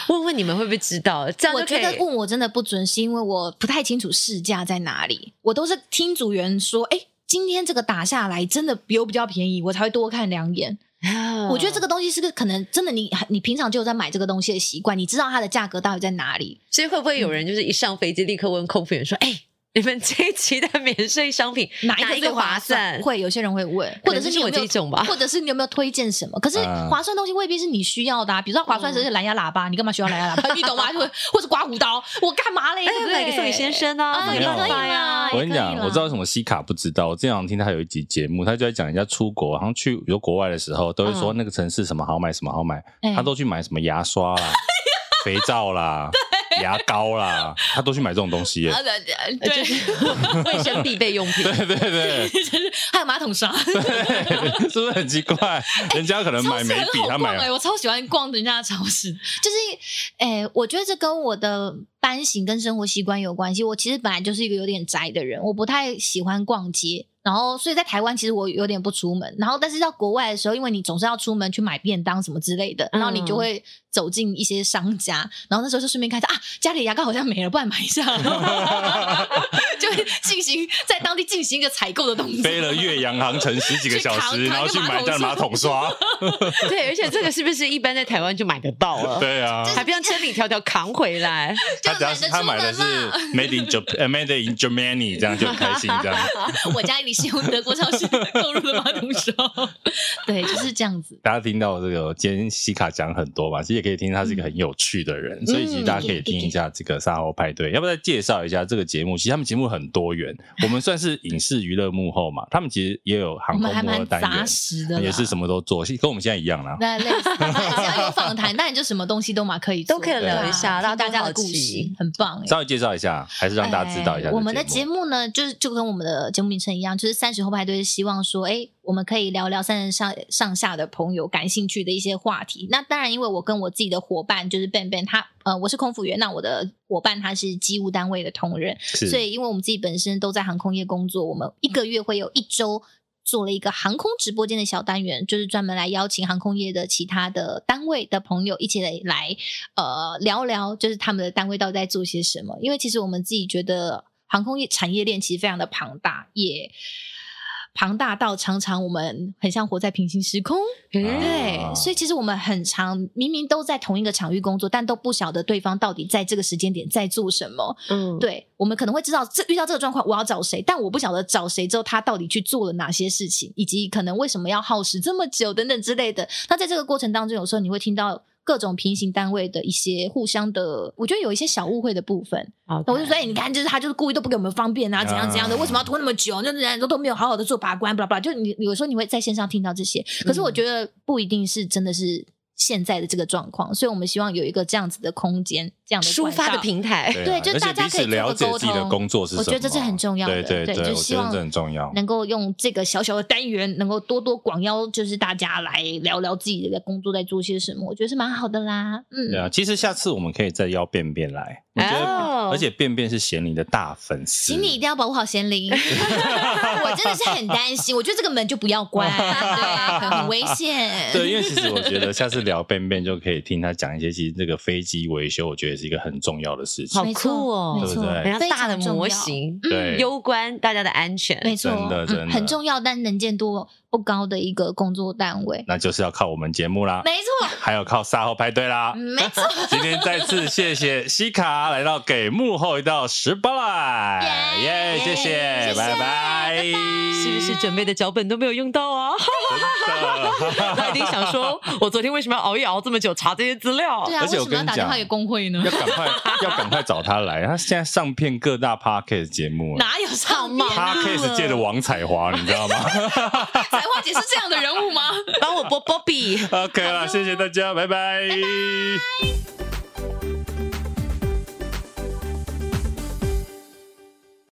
问问你们会不会知道？这样我就可觉以得问我真的不准，是因为我不太清楚市价在哪里，我都是听组员说，哎、今天这个打下来真的有比较便宜，我才会多看两眼。啊我觉得这个东西是个可能真的你你平常就有在买这个东西的习惯，你知道它的价格到底在哪里。所以会不会有人就是一上飞机立刻问空服员说：“哎、你们这一期的免税商品哪一一个个划算？”会有些人会问，或者是你有可能就是我没有这种吧或者是你有没有推荐什么？可是嗯划算的东西未必是你需要的、啊，比如说划算的是嗯蓝牙喇叭，你干嘛需要蓝牙喇叭？你懂吗？就会或者刮胡刀，我干嘛嘞？哎对不，对买个送给先生啊，啊送给也爸可以爸呀啦，我跟你讲也可以，啦我知道为什么西卡不知道。我之前好像听他有一集节目，他就在讲人家出国，好像去比如国外的时候，都会说嗯那个城市什么好买，什么好买，哎他都去买什么牙刷 啦、肥皂啦、牙膏啦，他都去买这种东西耶啊。对呃对对， 卫生必备用 品。对对对，还有马桶刷。对是不是很奇怪？人家可能 超买市眉笔，很好他逛哎、买啊我超喜欢逛人家的超市，就是哎、我觉得这跟我的班型跟生活习惯有关系。我其实本来就是一个有点宅的人，我不太喜欢逛街，然后所以在台湾其实我有点不出门，然后但是到国外的时候，因为你总是要出门去买便当什么之类的，然后你嗯就会走进一些商家，然后那时候就顺便看一下啊，家里牙膏好像没了，不然买一下， 就会进行在当地进行一个采购的动作。飞了岳阳航程十几个小时，去扛扛一个然后去买张马马桶桶刷。对，而且这个是不是一般在台湾就买得到了？对啊，还不用千里迢迢扛回来，就他只要是他买的是懒得出 Made in Japan，呃 Made in Germany，这样就很开心这样。 我家里是用德国超市购入的马 桶刷，对，就是这样子。大家听到这个，今天西卡讲很多嘛，其实也可以听他是一嗯个很有趣的人，所以其实大家可以听一下这个沙鸥派嗯对。要不要再介绍一下这个节目？其实他们节目很多元，我们算是影视娱乐幕后嘛，他们其实也有航我们空还幕后蛮单杂元，食的啦，也是什么都做，跟我们现在一样啦。那类似，只要有访谈，那你就什么东西都嘛可以做都可以聊一下对啊大家听大都家的好故奇事，很棒哎。稍微介绍一下，还是让大家知道一下、哎我们的节目。目呢，就是就跟我们的节目名称一样，就是三十后派对，是希望说，哎，我们可以聊聊三十上上下的朋友感兴趣的一些话题。那当然，因为我跟我自己的伙伴就是 Ben Ben，他呃，我是空服员，那我的伙伴他是机务单位的同仁，是所以因为我们自己本身都在航空业工作，我们一个月会有一周。做了一个航空直播间的小单元，就是专门来邀请航空业的其他的单位的朋友一起来来呃聊聊，就是他们的单位到底在做些什么。因为其实我们自己觉得航空业产业链其实非常的庞大，也庞大到常常我们很像活在平行时空。嗯啊对，所以其实我们很常明明都在同一个场域工作，但都不晓得对方到底在这个时间点在做什么。嗯，对，我们可能会知道这遇到这个状况，我要找谁，但我不晓得找谁之后他到底去做了哪些事情，以及可能为什么要耗时这么久等等之类的。那在这个过程当中，有时候你会听到。各种平行单位的一些互相的，我觉得有一些小误会的部分。好的，我就说，哎、你看，就是他就是故意都不给我们方便啊，怎样怎样的，啊为什么要拖那么久？那人家都都没有好好的做把关，巴拉巴拉。就你有时候你会在线上听到这些，可嗯是我觉得不一定是真的是现在的这个状况，所以我们希望有一个这样子的空间，这样的抒管发的道平台，对啊，对就而且大家彼此可以做了个解沟自己的通工作是什么，我觉得这是很重要的对对对，就我希觉得望这很重要。能够用这个小小的单元，能够多多广邀，就是大家来聊聊自己的工作在做些什么，我觉得是蛮好的啦。嗯，对啊，其实下次我们可以再邀便便来，我觉得，哦而且便便是贤玲的大粉丝，请你一定要保护好 贤玲，我真的是很担心，我觉得这个门就不要关，对，很危险。对，因为其实我觉得下次聊便便就可以听他讲一些，其实这个飞机维修，我觉得是一个很重要的事情好。没错酷哦没错，对不对人家非常大的重要嗯模，型，对攸关大家的安全，没错，真的嗯真的很重要，但能见度不高的一个工作单位。那就是要靠我们节目啦，没错，还有靠赛后派对啦。嗯没错，今天再次谢谢西卡来到给幕后一道十八来，耶，耶谢谢，谢谢拜拜，是 不是准备的脚本都没有用到啊？ 真的他一定想说，我昨天为什么要熬夜熬这么久查这些资料？对啊，而为且什我么跟要你打电话讲给工会 呢要？赶快要赶快找他来，他现在上片各大 podcast 节目了哪有上面啊？ ，podcast 界的王彩华，你知道吗 彩花姐是这样的人物吗？帮我播 Bobby。 ？OK 啦，谢谢大家，拜拜